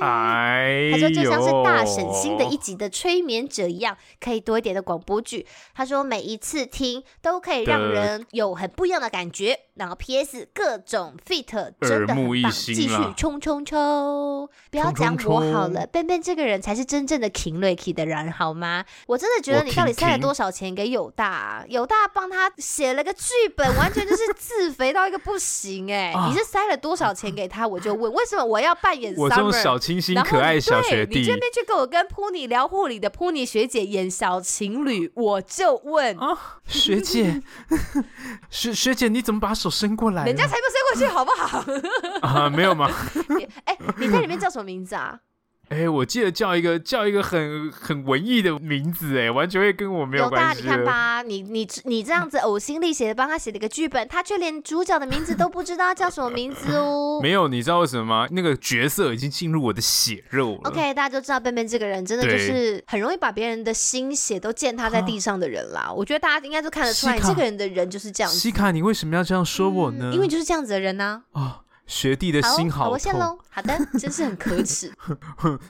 S2: 哎呦，
S3: 他说就像是大婶新的一集的催眠者一样，可以多一点的广播剧。他说每一次听都可以让
S2: 的
S3: 人有很不一样的感觉。然后 P.S. 各种 fit 真的
S2: 耳目
S3: 很
S2: 一
S3: 棒，
S2: 新
S3: 继续
S2: 啦
S3: 冲冲冲！不要
S2: 冲
S3: 讲
S2: 冲
S3: 我好
S2: 冲
S3: 了，笨笨这个人才是真正的勤瑞 k 的人好吗？我真的觉得
S2: 我
S3: 你到底
S2: 挺
S3: 塞了
S2: 挺
S3: 多少钱给友大、啊？友大帮他写了个剧本，完全就是自肥到一个不行 哎、
S2: 啊
S3: 你是塞了多少钱给他？我就问，为什么我要扮演 Summer？
S2: 我这种小清新
S3: 然后
S2: 可爱小学
S3: 对你
S2: 弟
S3: 这，边去跟我跟 Pony 聊护理的 Pony 学姐演小情侣，我就问，
S2: 哦学姐， 学学姐，你怎么把手伸过来了？
S3: 人家才不伸过去好不 好？
S2: 啊，没有吗？
S3: 你哎、你在里面叫什么名字啊？
S2: 哎，我记得叫一个叫一个很很文艺的名字，哎，完全会跟 我没有
S3: 大，
S2: 关
S3: 啊你
S2: 系。
S3: 看吧，你你你这样子呕心沥血的帮他写了一个剧本，他却连主角的名字都不知道叫什么名字哦。
S2: 没有，你知道为什么吗？那个角色已经进入我的血肉了。
S3: OK，大家就知道笨笨这个人真的就
S2: 对
S3: 是很容易把别人的心血都践踏在地上的人
S2: 哦
S3: 啦。我觉得大家应该都看得出来，
S2: 西
S3: 你
S2: 卡
S3: 这个人的人就是这样子，
S2: 西卡，你为什么要这样说啊我呢？
S3: 嗯因为你就是这样子的人呐、
S2: 啊，学弟的
S3: 好
S2: 心
S3: 好，我先
S2: 痛。
S3: 喽。好的，真是很可耻。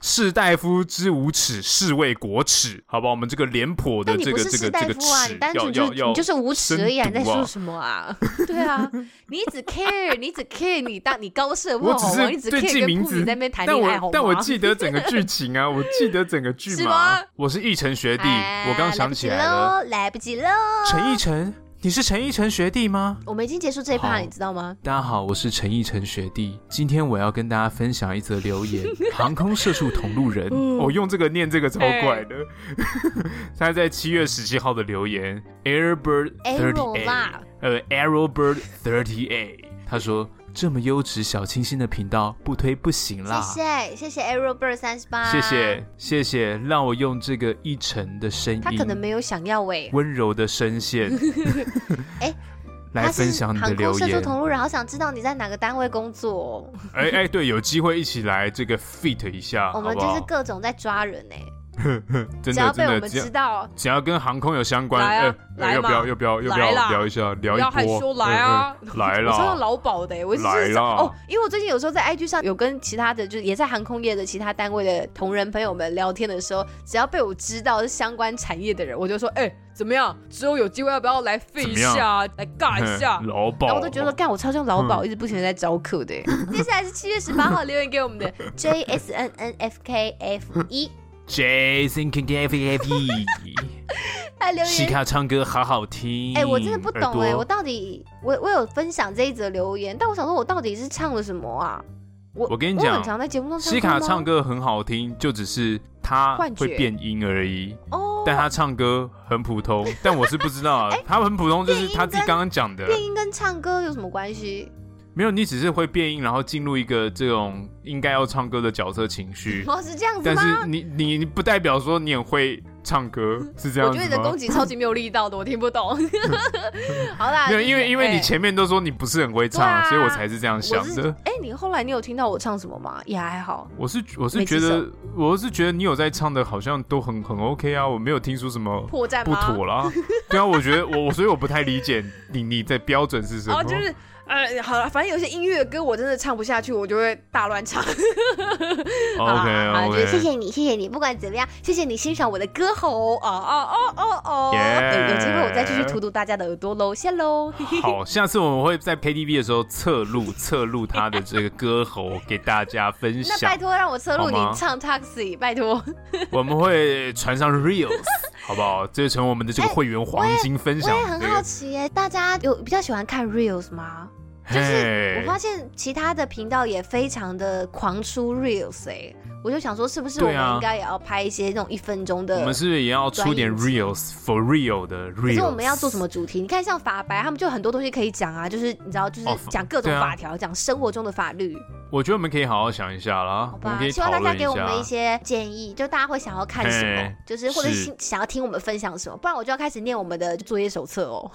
S2: 士大夫之无耻，是谓国耻。好吧，我们这个廉颇的
S3: 但你
S2: 这
S3: 不
S2: 个
S3: 是
S2: 这
S3: 士
S2: 个
S3: 大
S2: 这个
S3: 夫啊，
S2: 耻
S3: 你，单纯
S2: 要
S3: 就
S2: 要
S3: 是
S2: 要
S3: 你就是无耻而已啊，你
S2: 深
S3: 在
S2: 读啊
S3: 说什么啊？ 对啊，你一直 care，你一直 care 你当你高射不
S2: 我
S3: 好啊
S2: 只
S3: 吗？你只
S2: 是对
S3: care
S2: 记
S3: 跟
S2: 名
S3: 妇女
S2: 字
S3: 在那边谈
S2: 但
S3: 恋爱好
S2: 我
S3: 吗？
S2: 但我记得整个剧情啊，我记得整个剧
S3: 是
S2: 嘛
S3: 吗。
S2: 我是奕晨学弟，
S3: 哎
S2: 我刚想起来了。
S3: 来不及喽，来不及
S2: 陈
S3: 喽。
S2: 奕晨，你是陈奕晨学弟吗？
S3: 我们已经结束这一趴，
S2: 好
S3: 你知道吗？
S2: 大家好，我是陈奕晨学弟，今天我要跟大家分享一则留 言：航空社畜同路人。我、用这个念这个超怪的。他在七月十七号的留言，Airbird
S3: Arrow
S2: Thirty
S3: 啦
S2: A，呃，Arrowbird Thirty A，他说这么优质小清新的频道不推不行啦。
S3: 谢谢谢谢 Arrow Bird 三十八，
S2: 谢谢。谢谢让我用这个一晨的声音，
S3: 他可能没有想要欸喂，
S2: 温柔的声线，
S3: 哎
S2: 来
S3: 他是
S2: 分享你的
S3: 航
S2: 留
S3: 空社畜
S2: 言。
S3: 同路人，好想知道你在哪个单位工作哦。
S2: 哎哎，对，有机会一起来这个 fit 一下，
S3: 我
S2: 好
S3: 们
S2: 不
S3: 就是
S2: 好？
S3: 各种在抓人哎，
S2: 真
S3: 只
S2: 的
S3: 要被我
S2: 真的，
S3: 们
S2: 只要
S3: 知道，
S2: 只要跟航空有相关，
S4: 来啊
S2: 哎
S4: 来
S2: 哎要不
S4: 嘛
S2: 要要不要要不
S4: 来
S2: 要
S4: 啦
S2: 聊一下聊
S4: 不
S2: 一
S4: 要害羞
S2: 波？
S4: 来啊
S2: 哎哎来
S3: 我
S2: 啦
S3: 超像！劳保的、欸，我就是
S2: 来啊
S3: 想
S2: 啦
S3: 哦，因为我最近有时候在 IG 上有跟其他的，就是也在航空业的其他单位的同仁朋友们聊天的时候，只要被我知道是相关产业的人，我就说，哎、怎么样？之后有机会要不要来费一
S2: 怎么
S4: 下啊，来尬一下
S2: 嗯？ 老
S3: 然
S2: 鸨，
S3: 后我都觉得，干，我超像劳
S2: 嗯
S3: 保，一直不停的在招 客的、欸。接下来是七月十八号留言给我们的 J S N N F K F E 一，
S2: Jason K K F F E，
S3: 他留
S2: 西
S3: 言。
S2: 卡唱歌好好听。
S3: 哎、我真的不
S2: 耳
S3: 懂
S2: 朵
S3: 哎、我到底我我有分享这一则留言，但我想说，我到底是唱了什么啊？我
S2: 我跟你
S3: 我很
S2: 讲
S3: 常在节目上
S2: 西卡
S3: 吗
S2: 唱歌很好听，就只是他
S3: 幻觉
S2: 会变音而已。
S3: 哦，
S2: 但他唱歌很普 通，但我是不知道啊，
S3: 哎
S2: 他很普通，就是他自己刚刚讲的，啊
S3: 变音跟唱歌有什么关系？
S2: 没有，你只是会变音，然后进入一个这种应该要唱歌的角色情 绪，
S3: 哦，是这样子
S2: 但
S3: 吗
S2: 是？你你你不代表说你很会唱歌，是这
S3: 我
S2: 样
S3: 觉得你
S2: 子
S3: 的攻
S2: 吗？
S3: 击超级没有力道的，我听 不懂。好啦，
S2: 没有，
S3: 就是
S2: 因为因为你
S3: 哎
S2: 前面都说你不是很会唱，
S3: 对啊
S2: 所以我才是这样想
S3: 我是
S2: 的。
S3: 哎，你后来你有听到我唱什么吗？也还好。
S2: 我是我是
S3: 没几
S2: 觉得我是觉得你有在唱的，好像都很很 OK 啊，我没有听出什么
S3: 破绽
S2: 不
S3: 吗？
S2: 妥 啦。对啊，我觉得我我所以我不太理解你你的标准是什么。
S4: 哦，就是
S3: 哎
S4: 呃，好了，反正有些音乐歌我真的唱不下去，我就会大乱唱。
S3: 好
S2: 哦 OK
S3: 啦好啦就是
S2: OK，
S3: 谢谢你，谢谢你，不管怎么样，谢谢你欣赏我的歌喉哦哦哦哦哦。
S2: Yeah
S3: 对有机会我再继续荼毒大家的耳朵喽，谢喽。
S2: 好，下次我们会在 KTV 的时候侧录侧录他的这个歌喉给大家分
S3: 那拜
S2: 享，
S3: 托让我侧录你
S2: 好吗
S3: 唱 Taxi，拜托。
S2: 我们会传上 reels， 好不好？这就成为我们的这个会员黄金分
S3: 我
S2: 享
S3: 也很
S2: 这
S3: 好
S2: 个。
S3: 奇耶，大家有比较喜欢看 reels 吗？就是
S2: 嘿
S3: 我发现其他的频道也非常的狂出 reels 哎、我就想说是不是我
S2: 对
S3: 们
S2: 啊
S3: 应该也要拍一些那种一分钟的？
S2: 我们是不是也要出点
S3: 专业
S2: reals for real 的 real？
S3: 可是我们要做什么主题？你看像法白，他们就有很多东西可以讲啊，就是你知道，就是
S2: 哦
S3: 讲各种
S2: 对啊
S3: 法条，讲、生活中的法律，
S2: 我觉得我们可以好好想一下啦
S3: 好，
S2: 哦我们
S3: 吧
S2: 可？以
S3: 希
S2: 讨
S3: 望大家
S2: 论
S3: 给我们
S2: 下。
S3: 一些建议，就大家会想要看什么
S2: 嘿，
S3: 就是或者
S2: 是
S3: 是想要听我们分享什么，不然我就要开始念我们的作业手册 哦。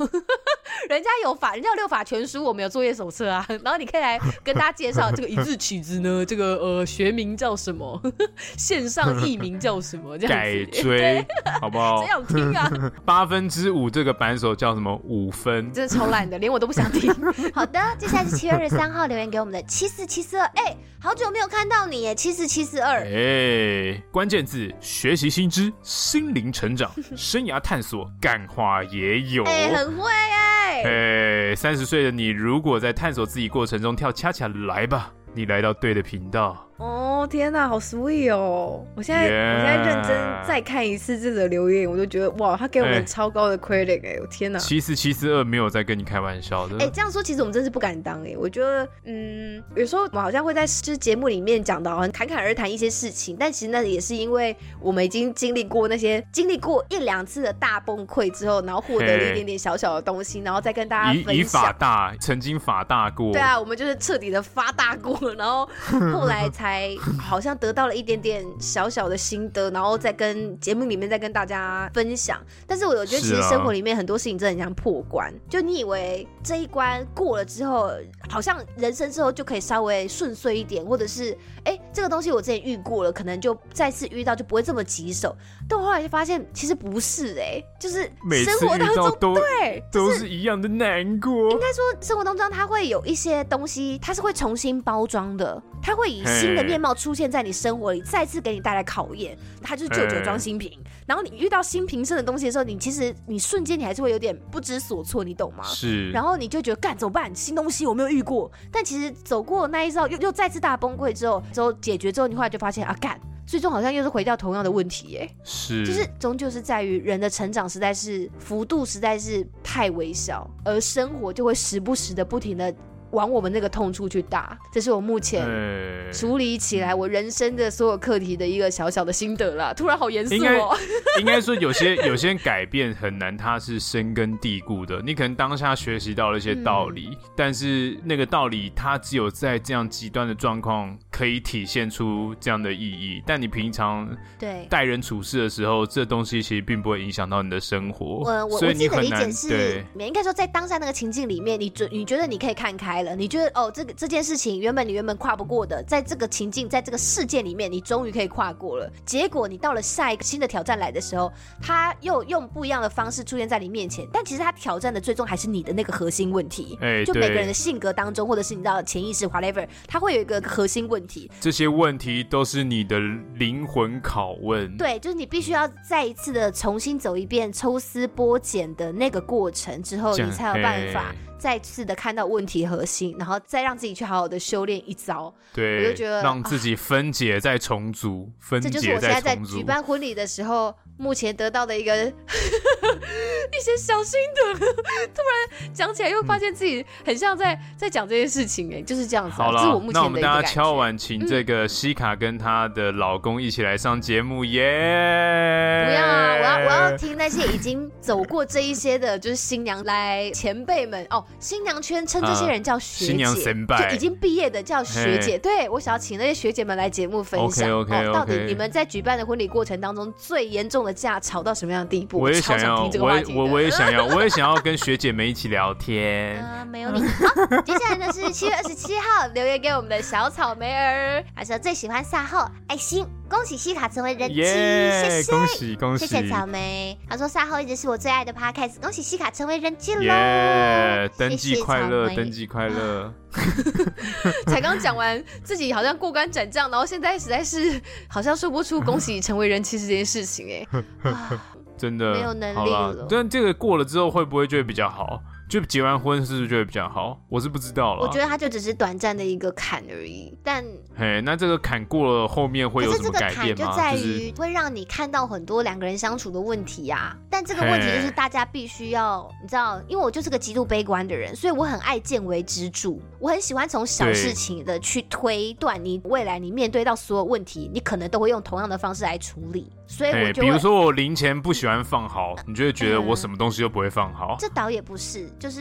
S3: 人家有法，人家有 六法全书，我们有作业手册啊。 然后你可以来跟大家介绍这个一字曲子呢，这个呃学名叫什么， 线上艺名叫什么，这样
S2: 改
S3: 子。
S2: 追好不好
S3: 谁？想听啊？
S2: 八分之五这个扳手叫什么？五分。
S3: 真的超烂的，连我都不想听。好的，接下来是七月二十三号留言给我们的七四七四二，哎，好久没有看到你耶，七四七四二。
S2: 哎，关键字：学习新知、心灵成 长、生涯探索，干话也有。
S3: 哎、很会哎、
S2: 哎，三十岁的你，如果在探索自己过程中跳恰恰来吧，你来到对的频道。
S4: 哦，天哪，好 sweet 哦！我现在
S2: Yeah
S4: 我现在认真再看一次这则留言，我就觉得哇，他给我
S2: 哎
S4: 们超高的 credit 哎、我天哪！
S2: 七四七四二没有在跟你开玩笑的。
S4: 哎、这样说其实我们真是不敢当哎、我觉得，嗯，有时候我们好像会在就是节目里面讲到，好像侃侃而谈一些事情，但其实那也是因为我们已经经历过那些经历过一两次的大崩溃之后，然后获得了
S2: 嘿
S4: 一点点小小的东西，然后再跟大家
S2: 以以
S4: 分
S2: 法
S4: 享。
S2: 大，曾经法大过。
S4: 对啊，我们就是彻底的发大过，然后后来才好像得到了一点点小小的心得，然后再跟节目里面再跟大家分享。但是我觉得其
S2: 是
S4: 实
S2: 啊
S4: 生活里面很多事情真的很像破关，就你以为这一关过了之后，好像人生之后就可以稍微顺遂一点，或者是哎、诶这个东西我之前遇过了，可能就再次遇到就不会这么棘手。但我后来就发现其实不是哎、诶就是
S2: 每次
S4: 生活
S2: 遇
S4: 当
S2: 到
S4: 中
S2: 都
S4: 对，啊
S2: 都是一样的难过
S3: 应。该说，生活当中它会有一些东西，它是会重新包装的，它会以
S2: 嘿
S3: 新的面貌出现在你生活里，再次给你带来考验。它就是九九装新瓶，然后你遇到新瓶身的东西的时候，你其实你瞬间你还是会有点不知所措，你懂吗？
S2: 是，
S3: 然后你就觉得干怎么办？新东西我没有遇过，但其实走过那一遭，又又再次大崩溃之后，之后解决之后，你后来就发现啊干，最终好像又是回到同样的问题耶、
S2: 是，哎
S3: 就是终究是在于人的成长实在是幅度实在是太微小，而生活就会时不时的不停的往我们那个痛处去打，这是我目前
S2: 哎
S3: 处理起来我人生的所有课题的一个小小的心得啦。突然好严肃
S2: 应该
S3: 哦，
S2: 应该说有些有些改变很难，它是深根蒂固的。你可能当下学习到了一些道理，
S3: 嗯
S2: 但是那个道理它只有在这样极端的状况可以体现出这样的意义。但你平常
S3: 对。
S2: 待人处事的时候，这东西其实并不会影响到你的生活，
S3: 我我
S2: 所
S3: 我
S2: 以
S3: 自
S2: 你
S3: 己的
S2: 很
S3: 理解
S2: 难
S3: 是
S2: 对，。
S3: 应该说在当下那个情境里面，你觉你觉得你可以看开了，你觉得哦，这个这件事情原本你原本跨不过的，在这个情境，在这个事件里面，你终于可以跨过了。结果你到了下一个新的挑战来的时候，他又用不一样的方式出现在你面前，但其实他挑战的最终还是你的那个核心问题。
S2: 哎，
S3: 就每个人
S2: 对
S3: 的，性格当中，或者是你知道潜意识 whatever，他会有一个核心问题，
S2: 这些问题都是你的灵魂拷问。
S3: 对，就是你必须要再一次的重新走一遍抽丝剥茧的那个过程之后，
S2: 这样哎
S3: 你才有办法
S2: 嘿
S3: 再次的看到问题核心，然后再让自己去好好的修炼一遭。
S2: 对，
S3: 我就觉得啊
S2: 让自己分解再重组，分
S3: 这就是
S2: 解
S3: 我现在
S2: 再
S3: 在
S2: 重组
S3: 举。办婚礼的时候，目前得到的一个 一些小心得。突然讲起来，又发现自己很像在在讲这件事情、哎，就是这样子、啊。
S2: 好
S3: 这是
S2: 了
S3: 我目，
S2: 那
S3: 前
S2: 我
S3: 的
S2: 们
S3: 一
S2: 大
S3: 个
S2: 家
S3: 感
S2: 敲
S3: 觉。
S2: 碗，请这个西卡跟她的老公一起来上节目耶！
S3: 不要啊！我要我要
S2: 要
S3: 听那些已经走过这一些的，就是新娘来前辈们哦，新娘圈称这些人叫学姐，
S2: 新娘神拜
S3: 就已经毕业的叫学姐。
S2: 嘿
S3: 对我想要请那些学姐们来节目分享
S2: OK，OK，OK
S3: 哦，到底你们在举办的婚礼过程当中最严重的架吵到什么样的地步？
S2: 我也
S3: 超
S2: 想要，
S3: 听这个
S2: 我
S3: 话
S2: 也
S3: 题的
S2: 我我也想 要，我也想要跟学姐们一起聊天。
S3: 啊，没有你。好，接下来呢是七月二十七号留言给我们的小草莓儿，他说最喜欢赛后爱心，恭喜西卡成为呃人妻，谢
S2: 耶！
S3: 谢。
S2: 恭喜恭
S3: 谢
S2: 喜！
S3: 谢草莓，他说赛后一直是我最爱的 podcast，恭喜西卡成为人妻喽！
S2: 耶！登
S3: 谢
S2: 记
S3: 谢
S2: 快乐
S3: 草，莓
S2: 登记快
S3: 啊
S2: 乐！
S4: 才刚讲完自己好像过关斩将，然后现在实在是好像说不出恭喜成为人妻这件事情哎、
S3: 啊
S2: 真的
S3: 没有能力
S2: 好啦
S3: 了
S2: 但这个过了之后，会不会就会比较好？就结完婚是不是就会比较好？我是不知道了。
S3: 我觉得它就只是短暂的一个坎而已，但
S2: 嘿，那这个坎过了，后面会
S3: 可
S2: 有什
S3: 是这
S2: 么
S3: 个
S2: 改
S3: 坎
S2: 变
S3: 就
S2: 吗？
S3: 在
S2: 是
S3: 于会让你看到很多两个人相处的问题啊。但这个问题就是
S2: 嘿
S3: 大家必须要，你知道，因为我就是个极度悲观的人，所以我很爱见微知著，我很喜欢从小
S2: 对
S3: 事情的去推断你未来你面对到所有问题，你可能都会用同样的方式来处理，所以哎我
S2: 嘿，
S3: 就
S2: 哎比如
S3: 会。
S2: 说我零钱不喜欢放好，你就会觉得我
S3: 嗯
S2: 什么东西都不会放好。
S3: 这倒也不是，就是，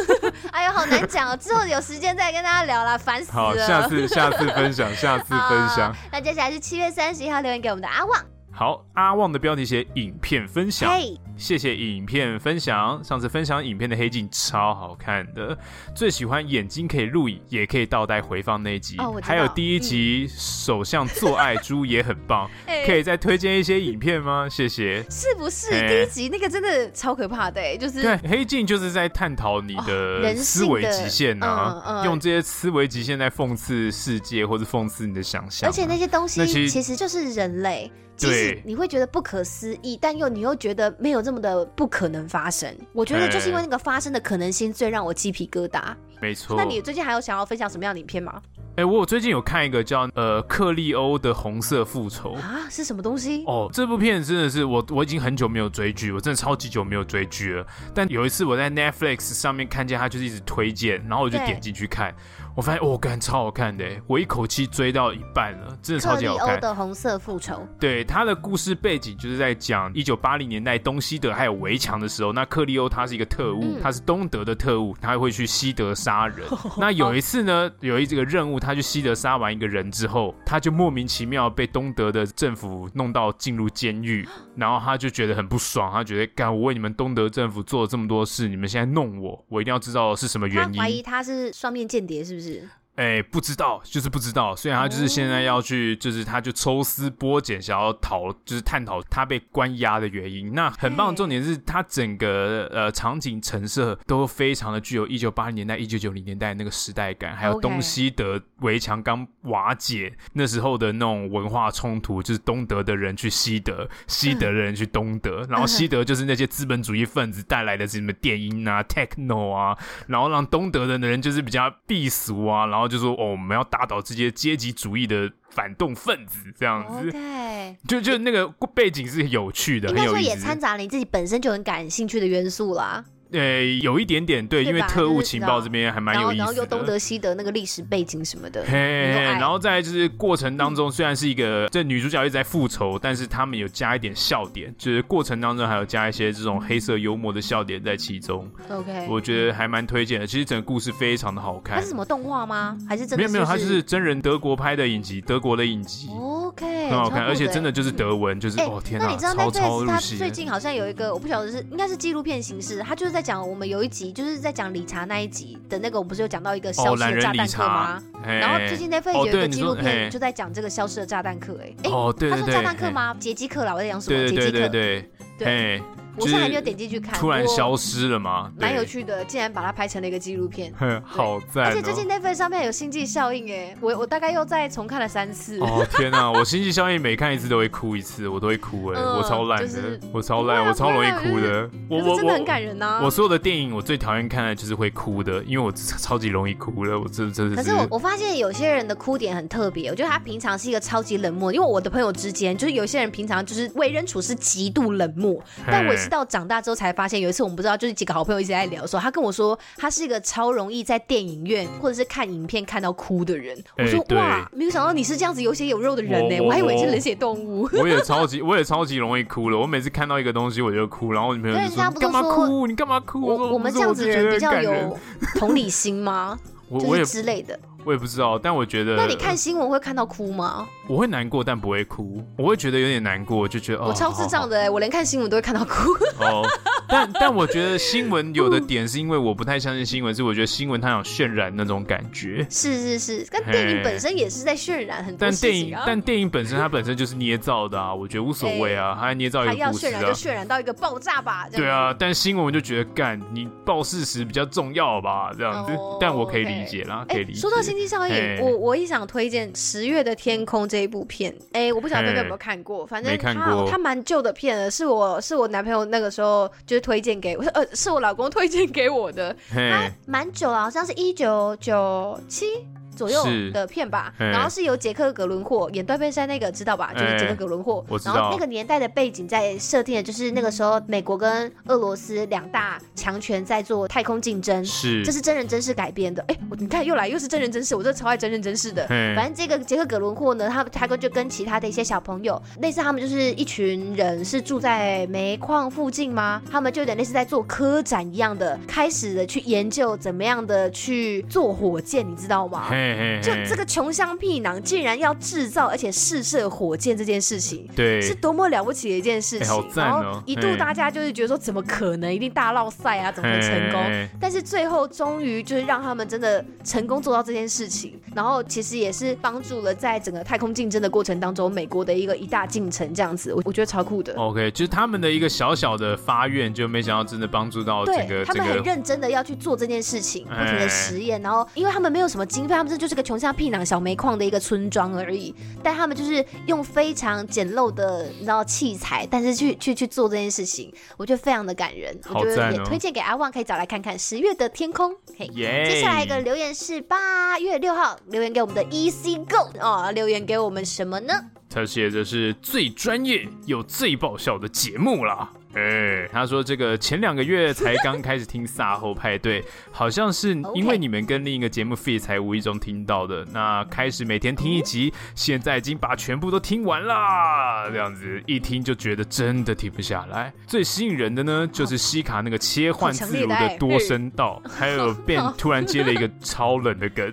S3: 哎呦，好难讲哦。之后有时间再跟大家聊啦，烦死了。
S2: 好，下 次下次分享，下次分享
S3: 好。那接下来是七月三十一号留言给我们的阿旺，哎
S2: 好，阿旺的标题写影片分享。
S3: 嘿，
S2: 谢谢影片分享，上次分享影片的黑镜超好看的，最喜欢眼睛可以录影，也可以倒带回放那一集，
S3: 哦我知道
S2: 还有第一集、首相做爱猪也很 棒，
S3: 哎
S2: 可以再推荐一些影片吗？谢谢。
S3: 是不是
S2: 哎
S3: 第一集那个真的超可怕的、哎就是
S2: 对，黑镜就是在探讨你
S3: 哦
S2: 的
S3: 人
S2: 思
S3: 性
S2: 维
S3: 的
S2: 极限啊，
S3: 嗯嗯
S2: 用这些思维极限在讽刺世界或者讽刺你的想象啊、
S3: 而且那些东西
S2: 那其实
S3: 其实就是人类，即
S2: 对
S3: 使你会觉得不可思议，但又你又觉得没有这么的不可能发生。我觉得就是因为那个发生的可能性最让我鸡皮疙瘩。
S2: 没错。
S3: 那你最近还有想要分享什么样的影片吗？
S2: 哎、我有最近有看一个叫呃克利欧的红色复仇。
S3: 啊，是什么东西？
S2: 哦，这部片真的是我，我已经很久没有追剧，我真的超级久没有追剧了。但有一次我在 Netflix 上面看见它，就是一直推荐，然后我就
S3: 对
S2: 点进去看，我发现哦，干超好看的耶，我一口气追到一半了，真的超
S3: 克
S2: 级
S3: 利
S2: 好
S3: 欧
S2: 看。
S3: 的红色复仇，
S2: 对，它的故事背景就是在讲一九八零年代东西德还有围墙的时候，那克利欧他是一个特务，
S3: 嗯
S2: 他是东德的特务，他会去西德杀人。 那有一次呢，有一这个任务，他去西德杀完一个人之后，他就莫名其妙被东德的政府弄到进入监 狱，然后他就觉得很不爽，他觉得干我为你们东德政府做了这么多事，你们现在弄我，我一定要知道是什么
S3: 他
S2: 原因。
S3: 怀疑他是双面间谍，是不是？
S2: 哎、不知道，就是不知道。虽然他就是现在要去，就是他就抽丝剥茧，想要讨，就是探讨他被关押的原因。那很棒的
S3: 嘿
S2: 重点是，他整个呃场景陈设都非常的具有一九八零年代、一九九零年代那个时代感，还有
S3: OK
S2: 东西德围墙刚瓦解那时候的那种文化冲突，就是东德的人去西德，西德的人去东德，然后 西德就是那些资本主义分子带来的什么电音啊、techno 啊，然后让东德的人就是比较避俗啊，然后就说哦，我们要打倒这些阶级主义的反动分子，这样子
S3: OK，
S2: 就就那个背景是有趣的，
S3: 哦应
S2: 很
S3: 该
S2: 有
S3: 说
S2: 意
S3: 也
S2: 思
S3: 掺。杂了你自己本身就很感兴趣的元素啦。
S2: 呃，有一点点对，
S3: 对
S2: 因为
S3: 吧
S2: 特
S3: 就
S2: 务
S3: 是
S2: 情
S3: 你知
S2: 报
S3: 道
S2: 这边还蛮
S3: 然后，
S2: 有意
S3: 然后又
S2: 思
S3: 东
S2: 的。
S3: 德西德那个历史背景什么 的，
S2: 嘿，
S3: 你都爱
S2: 然后再来就是过程当中，虽然是一个嗯这女主角一直在复仇，但是他们有加一点笑点，就是过程当中还有加一些这种黑色幽默的笑点在其中，
S3: OK，
S2: 我觉得还蛮推荐的。其实整个故事非常的好
S3: 它
S2: 看
S3: 是，什么动画吗？还是真的？
S2: 没有没有，它就是真人德国拍的影集，德国的影集，
S3: OK，
S2: 很好看，
S3: 超酷
S2: 而且真的
S3: 欸
S2: 就是德文，就是、
S3: 哎、
S2: 哦天
S3: 那
S2: 哪，
S3: 你知道
S2: 超超
S3: Netflix
S2: 入
S3: 它
S2: 戏
S3: 最近好像有一个，我不晓得是应该是纪录片形式，它就是在讲我们有一集就是在讲理查那一集的那个，我们不是有讲到一个消
S2: 哦，
S3: 失
S2: 懒
S3: 的
S2: 人
S3: 炸
S2: 理
S3: 弹客
S2: 查
S3: 吗？，
S2: 哎
S3: 然后最近 Netflix
S2: 哦
S3: 有一
S2: 对
S3: 个
S2: 你
S3: 纪
S2: 说
S3: 录片
S2: 嘿
S3: 就在讲这个消失的炸弹客、哎、哎，
S2: 哦对
S3: 他
S2: 对
S3: 说
S2: 对，
S3: 炸弹客
S2: 嘿？
S3: 吗？劫机客啦，我在讲什么？
S2: 对
S3: 劫
S2: 对
S3: 机
S2: 对
S3: 客，
S2: 对对，
S3: 对，
S2: 哎，
S3: 我是还没有点进去看，
S2: 突然
S3: 不过
S2: 消失哎了嘛，
S3: 蛮有
S2: 对，
S3: 趣的，竟然把它拍成了一个纪录片。
S2: 哼好赞、哦，
S3: 而且最近 Netflix 上面有《星际效应》哎，我我大概又再重看了三次。
S2: 哦天哪！我星际效应每看一次都会哭一次，我都会哭哎、
S3: 嗯
S2: 我超烂的，
S3: 就是
S2: 我超
S3: 不
S2: 烂，
S3: 会啊
S2: 我超容易
S3: 不
S2: 哭
S3: 会啊
S2: 的。我
S3: 可是
S2: 我
S3: 真的很感人啊呐、
S2: 我。我所有的电影我最讨厌看的就是会哭的，因为我超级容易哭了，我真真的
S3: 可是我我发现有些人的哭点很特别，我觉得他平常是一个超级冷漠，因为我的朋友之间就是有些人平常就是为人处事极度冷漠，但我
S2: 嘿
S3: 是到长大之后才发现，有一次我们不知道就是几个好朋友一直在聊的时候，他跟我说他是一个超容易在电影院或者是看影片看到哭的人，我
S2: 哎
S3: 说、
S2: 对
S3: 哇，没有想到你是这样子有血有肉的人呢、
S2: 我我
S3: 我还以为你
S2: 我
S3: 是冷血动物。
S2: 我也超级，我也超级容易哭了。我每次看到一个东西我就哭，然后我女朋友
S3: 对
S2: 就
S3: 人家
S2: 你
S3: 不
S2: 干嘛
S3: 都说
S2: 哭？你干嘛哭？说
S3: 我我们
S2: 不
S3: 这
S2: 是
S3: 样
S2: 我
S3: 子
S2: 就
S3: 的
S2: 觉得
S3: 人比
S2: 很
S3: 较
S2: 感人
S3: 有同理心吗？
S2: 我
S3: 就
S2: 我也
S3: 是之类的。
S2: 我也不知道，但我觉得
S3: 那你看新闻会看到哭吗？
S2: 我会难过，但不会哭，我会觉得有点难过，就觉得哦，
S3: 我超智障的、欸，我连看新闻都会看到哭。
S2: 好好好哦。但但我觉得新闻有的点是因为我不太相信新闻，是我觉得新闻它想渲染那种感觉。
S3: 是是是，但电影
S2: 嘿
S3: 本身也是在渲染很多
S2: 但
S3: 事
S2: 电影
S3: 情啊。，
S2: 但电影本身它本身就是捏造的啊，我觉得无所谓啊，它捏造
S3: 它
S2: 一个
S3: 要
S2: 故事
S3: 渲
S2: 啊
S3: 染，就渲染到一个爆炸吧。这
S2: 对
S3: 样
S2: 啊
S3: 子。。
S2: 但新闻我就觉得干，你报事实比较重要吧，这样子
S3: 哦，
S2: 但我可以理
S3: OK
S2: 解啦，可以
S3: 哎
S2: 理，解。
S3: 说到星经济效应
S2: 嘿，
S3: 我我也想推荐《十月的天空》这一部片。哎，我不晓得贝贝有没有看过，反正
S2: 没看
S3: 它
S2: 过
S3: 它蛮旧的片了，是我是我男朋友那个时候就是推荐给 我，呃，是我老公推荐给我的。它
S2: 嘿，
S3: 蛮久了，好像是一九九七左右
S2: 是
S3: 的片吧。
S2: 嘿
S3: 然后是由杰克·格伦霍演断背山那个，知道吧？就是杰克·格伦霍。
S2: 我知道
S3: 然后那个年代的背景在设定的就是那个时候美国跟俄罗斯两大强权在做太空竞争。
S2: 是
S3: 这，是真人真事改编的，哎，我你看又来又是真人真事，我真的超爱真人真事的。
S2: 嘿
S3: 反正这个杰克·葛伦霍呢，他他跟就跟其他的一些小朋友，类似他们就是一群人是住在煤矿附近吗？他们就有点类似在做科展一样的，开始的去研究怎么样的去做火箭，你知道吗？
S2: 嘿嘿，
S3: 就
S2: 嘿
S3: 这个穷乡僻壤竟然要制造而且试射火箭这件事情。
S2: 对
S3: 是多么了不起的一件事
S2: 哎
S3: 情，
S2: 好赞哦
S3: 然后一度大家就是觉得说，怎么可能一定大闹赛啊，怎么会成功？
S2: 嘿
S3: 但是最后终于就是让他们真的成功做到这件事情，然后其实也是帮助了在整个太空竞争的过程当中，美国的一个一大进程这样子，我我觉得超酷的。
S2: OK，就是他们的一个小小的发愿，就没想到真的帮助到哦整
S3: 对
S2: 个
S3: 他
S2: 这
S3: 们很
S2: 个
S3: 认真的要去做这件事情，不
S2: 哎
S3: 停的实验，然后因为他们没有什么经费，他们这就是个穷乡僻壤小煤矿的一个村庄而已，但他们就是用非常简陋的你知道器材，但是去去去做这件事情，我觉得非常的感人，我
S2: 好
S3: 觉得
S2: 赞
S3: 也
S2: 哦
S3: 推荐给阿旺可以找来看看《十月的天空》。嘿，
S2: 耶。
S3: 接下来一个留言是八月六号留言给我们的 EC Go 哦，留言给我们什么呢？
S2: 他写的是最专业又最爆笑的节目啦。哎、他说这个前两个月才刚开始听撒后派对，好像是因为
S3: OK
S2: 你们跟另一个节目 Fit 才无意中听到的。那开始每天听一集，现在已经把全部都听完啦。这样子一听就觉得真的停不下来。最吸引人的呢，就是西卡那个切换自如的多声道，还有 Ben 突然接了一个超冷的梗。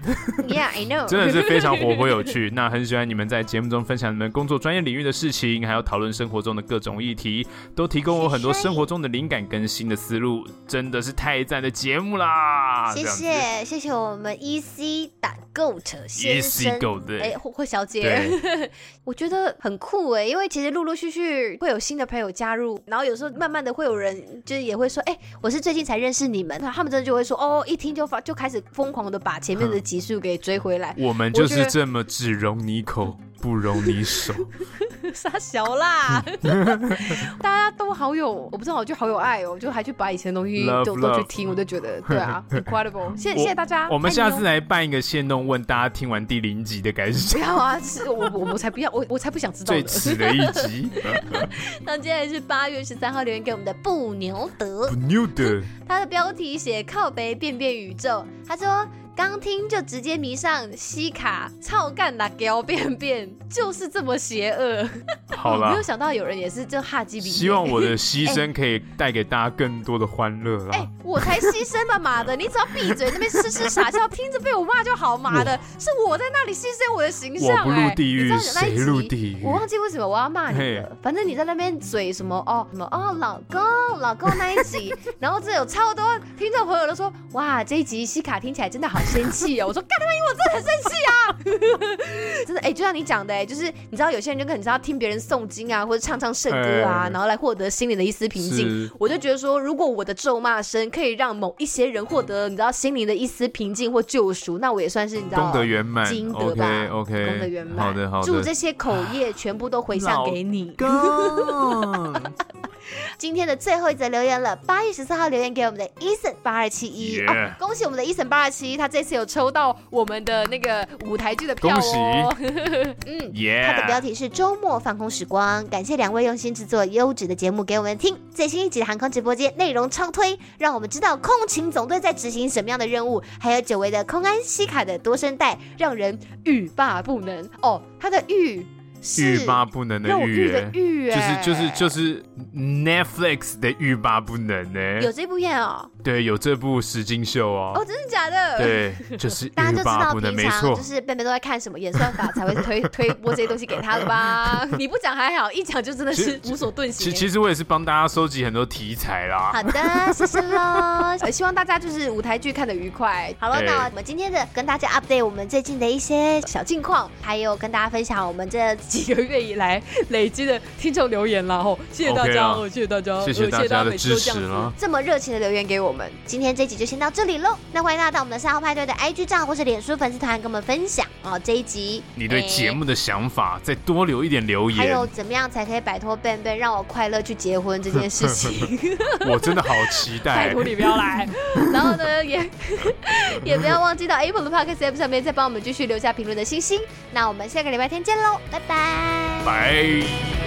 S3: Yeah, I know
S2: 真的是非常活泼有趣。 那很喜欢你们在节目中分享你们工作专业领域的事情，还有讨论生活中的各种议题，都提供我很多生活中的灵感跟新的思路，真的是太赞的节目啦！啊
S3: 谢
S2: 这样子。
S3: 谢谢谢我们 EC 打 Goat 先
S2: Easy
S3: 生。
S2: E go 的，
S3: 哎，或或小姐，
S2: 对，
S3: 我觉得很酷哎，因为其实陆陆续续会有新的朋友加入，然后有时候慢慢的会有
S2: 嗯
S3: 人就是也会说，哎，我是最近才认识你们，他们真的就会说，哦，一听就发就开始疯狂的把前面的集数给追 回来，
S2: 我 们
S3: 我
S2: 就
S3: 觉得
S2: 是这么只容你口，不容你 手。
S3: 傻小啦，大家都好有，我不知道，我就好有爱哦，就还去把以前的东西
S2: Love,
S3: 都都去
S2: love
S3: 听，我就觉得 对啊，incredible，谢谢谢谢大家，
S2: 我们
S3: 爱你哦
S2: 下次来办一个线动，问大家听完第零集的感
S3: 不
S2: 想，
S3: 要啊，是 我我我才不要，我我才不想知道
S2: 最
S3: 呢。
S2: 耻的一 集。
S3: 那接下来是八月十三号留言给我们的布牛德，
S2: New 的，
S3: 他的标题写“靠北便便宇宙”，他说刚听就直接迷上西卡，操干啦屌便便，就是这么邪恶。
S2: 好
S3: 我没
S2: 啦
S3: 有，想到有人也是这哈基比耶，
S2: 希望我的牺牲可以带给大家更多的欢乐啦。
S3: 哎、我才牺牲吧，妈的！你只要闭嘴，那边痴痴傻笑，听着被我骂就好，妈的！ 是我在那里牺牲我的形象、
S2: 我不
S3: 哎，
S2: 入地
S3: 你
S2: 狱
S3: 知道，有那一
S2: 谁
S3: 集
S2: 入地狱
S3: 我？忘记为什么我要骂你
S2: 嘿
S3: 了，反正你在那边嘴什么哦什么哦老公老公那一 集，然后这有超多听众朋友都说哇这一集西卡听起来真的好生气哦，我说干他妈，因为我真的很生气啊， 真的哎、就像你讲的哎、就是你知道有些人就可能知道听别人诵经啊或者唱唱圣歌啊，
S2: 哎
S3: 然后来获得心里的一丝平静，
S2: 是
S3: 我就觉得说，如果我的咒骂声可以让某一些人获得你知道心灵的一丝平静或救赎，那我也算是你知道
S2: 功德圆满
S3: 积德吧
S2: ，OK OK，
S3: 功德圆满。
S2: 好的好
S3: 祝
S2: 的。
S3: 这些口业全部都回向给你。
S2: 哥，
S3: 今天的最后一则留言了，八月十四号留言给我们的 Eason 八二七一
S2: Yeah
S3: 哦，恭喜我们的 Eason 八二七，他这次有抽到我们的那个舞台剧的票
S2: 恭喜
S3: 哦。嗯，
S2: 耶！
S3: 它的标题是“周末放空时光”，感谢两位用心制作优质的节目给我们听。最新一集的航空直播间内容超推，让我们知道空勤总队在执行什么样的任务，还有久违的空安西卡的多声带，让人欲罢不能。哦，它的欲是
S2: 欲罢不能的
S3: 肉
S2: 欲
S3: 欲的
S2: 耶，
S3: 欲哎
S2: 就是
S3: 耶，
S2: 就是就是 Netflix 的欲罢不能
S3: 有
S2: 呢。
S3: 这部片哦，
S2: 对，有这部《石金秀》
S3: 哦，
S2: 哦，
S3: 真的假的？。
S2: 对，就是欲
S3: 大家就知
S2: 罢
S3: 道
S2: 不能，
S3: 平
S2: 没
S3: 常
S2: 错
S3: 就。是贝贝都在看什么演算法才会推 推播这些东西给他了吧？你不讲还好，一讲就真的
S2: 其
S3: 是无所遁形
S2: 其
S3: 耶。
S2: 其实我也是帮大家收集很多题材啦。
S3: 好的，谢谢喽。呃希望大家就是舞台剧看得愉快。好了，
S2: 对
S3: 那我们今天的跟大家 update 我们最近的一些小近况，还有跟大家分享我们这
S1: 几个月以来累积的听众留言啦，吼，谢谢大
S2: OK
S1: 家，
S2: 啊
S1: 哦谢谢大家，
S2: 谢
S1: 呃
S2: 谢大家的
S1: 每次
S2: 支
S1: 都这
S2: 持啊
S1: 样子哎
S2: 了。
S4: 这么热情的留言给我们。
S3: 今天这集就先到这里喽。那欢迎大家到我们的三号派对的 IG 账号或是脸书粉丝团跟我们分享哦这一集
S2: 你对节目的想法，再多留一点留
S3: 还有
S2: 言，
S3: 怎么样才可以摆脱笨笨让我快乐去结婚这件 事情。
S2: 我真的好期
S1: 拜
S2: 待
S1: 托。你不要来，
S3: 然后呢，也也不要忘记到 Apple 的 Podcast App 上面再帮我们继续留下评论的星星。那我们下个礼拜天见喽，拜拜。
S2: 拜。